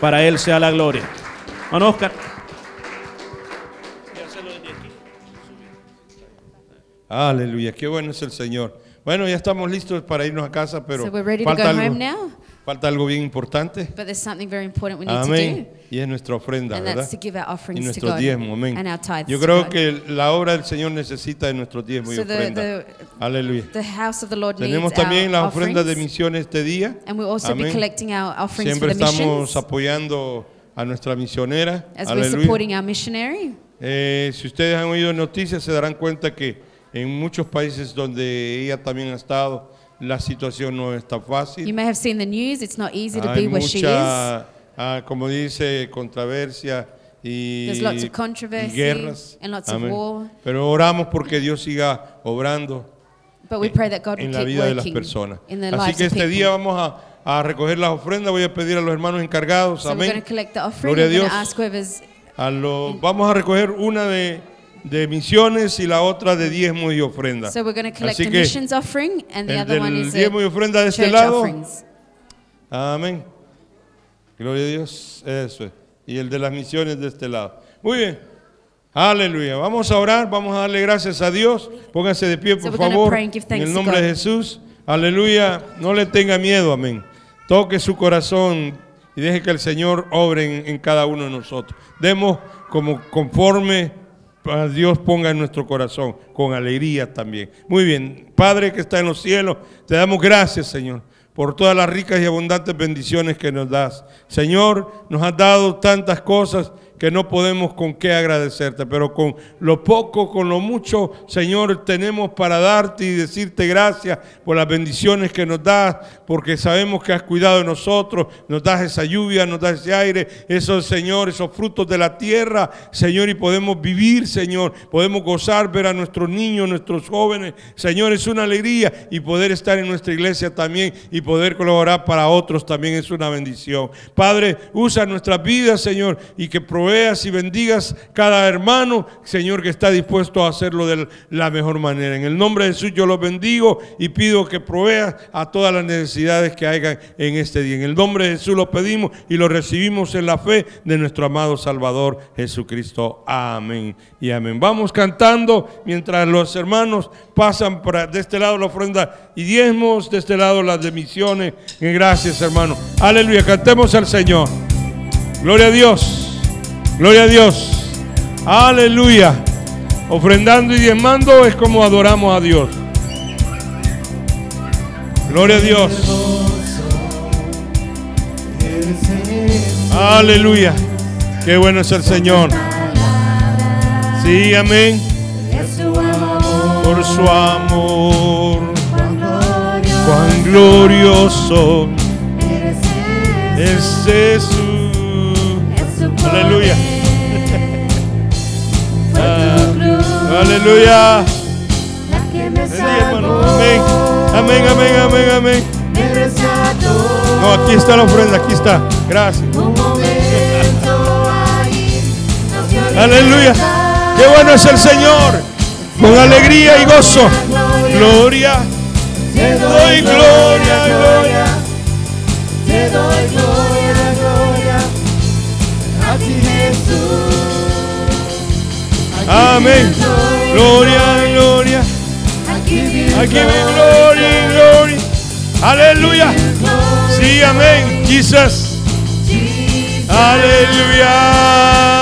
Para Él sea la gloria. Don Oscar. Aleluya, qué bueno es el Señor. Bueno, ya estamos listos para irnos a casa, pero So we're ready to falta, go home algo, now, falta algo bien importante. but there's something very important we need to Amén. do. Y es nuestra ofrenda, And ¿verdad? that's to give our Y offerings to nuestro God diezmo, amén. and our tithes Yo to creo God. que la obra del Señor necesita de nuestro diezmo y So the- ofrenda. the- Aleluya. The house of the Lord Tenemos needs our también la ofrenda de offerings, misión este día. and we'll also be Amén. collecting our offerings Siempre for the estamos missions apoyando a nuestra misionera. as we're Aleluya. supporting our missionary. Eh, si ustedes han oído noticias, se darán cuenta que en muchos países donde ella también ha estado, la situación no está You fácil. may have seen the news. It's not easy to Hay be where she is. mucha, ah, como dice, controversia y, There's lots of y controversy guerras. and lots of war. Pero oramos porque Dios siga obrando But we pray that God will en la keep vida de las working personas. in the Así lives que of este día people. vamos a, a recoger las ofrendas. Voy a pedir a los hermanos encargados, So we're going to amén. collect the offering. Gloria a We're going to Dios. ask whoever's A lo- vamos a recoger una de, de misiones y la otra de diezmos y ofrendas. So we're going to collect Así a que, missions offering, and the el other one del is a diezmo y ofrenda de este church lado. offerings. amén. Gloria a Dios, eso es. Y el de las misiones de este lado. Muy bien. Aleluya. Vamos a orar, vamos a darle gracias a Dios. Pónganse de pie, So por we're gonna favor. pray and give En thanks el to nombre de God. Jesús. Aleluya. No le tenga miedo, amén. Toque su corazón y deje que el Señor obre en, en cada uno de nosotros. Demos como conforme a Dios ponga en nuestro corazón, con alegría también. Muy bien, Padre que está en los cielos, te damos gracias, Señor, por todas las ricas y abundantes bendiciones que nos das. Señor, nos has dado tantas cosas que no podemos con qué agradecerte, pero con lo poco, con lo mucho, Señor, tenemos para darte y decirte gracias por las bendiciones que nos das, porque sabemos que has cuidado de nosotros, nos das esa lluvia, nos das ese aire, esos, Señor, esos frutos de la tierra, Señor, y podemos vivir, Señor, podemos gozar, ver a nuestros niños, nuestros jóvenes, Señor, es una alegría y poder estar en nuestra iglesia también y poder colaborar para otros también es una bendición. Padre, usa nuestras vidas, Señor, y que proveas y bendigas cada hermano, Señor, que está dispuesto a hacerlo de la mejor manera. En el nombre de Jesús yo los bendigo y pido que proveas a todas las necesidades que hayan en este día. En el nombre de Jesús lo pedimos y lo recibimos en la fe de nuestro amado Salvador Jesucristo. Amén y amén. Vamos cantando mientras los hermanos pasan para- de este lado la ofrenda y diezmos, de este lado las de misiones. Y Gracias, hermano. Aleluya, cantemos al Señor. Gloria a Dios. Gloria a Dios. Aleluya. Ofrendando y diezmando es como adoramos a Dios. Gloria a Dios. Aleluya. Qué bueno es el Señor. Sí, amén. Por su amor, cuán glorioso es Jesús. Aleluya. Ah, aleluya. Sí, hermano. Amén. Amén, amén, amén, amén. No, aquí está la ofrenda, aquí está. Gracias. Aleluya. Qué bueno es el Señor. Con alegría y gozo. Gloria. Te doy gloria, gloria. Te doy gloria, gloria a ti Jesús. Amén. Gloria, gloria. Aquí viene gloria, gloria. Aleluya. Sí, amén. Jesús. Aleluya.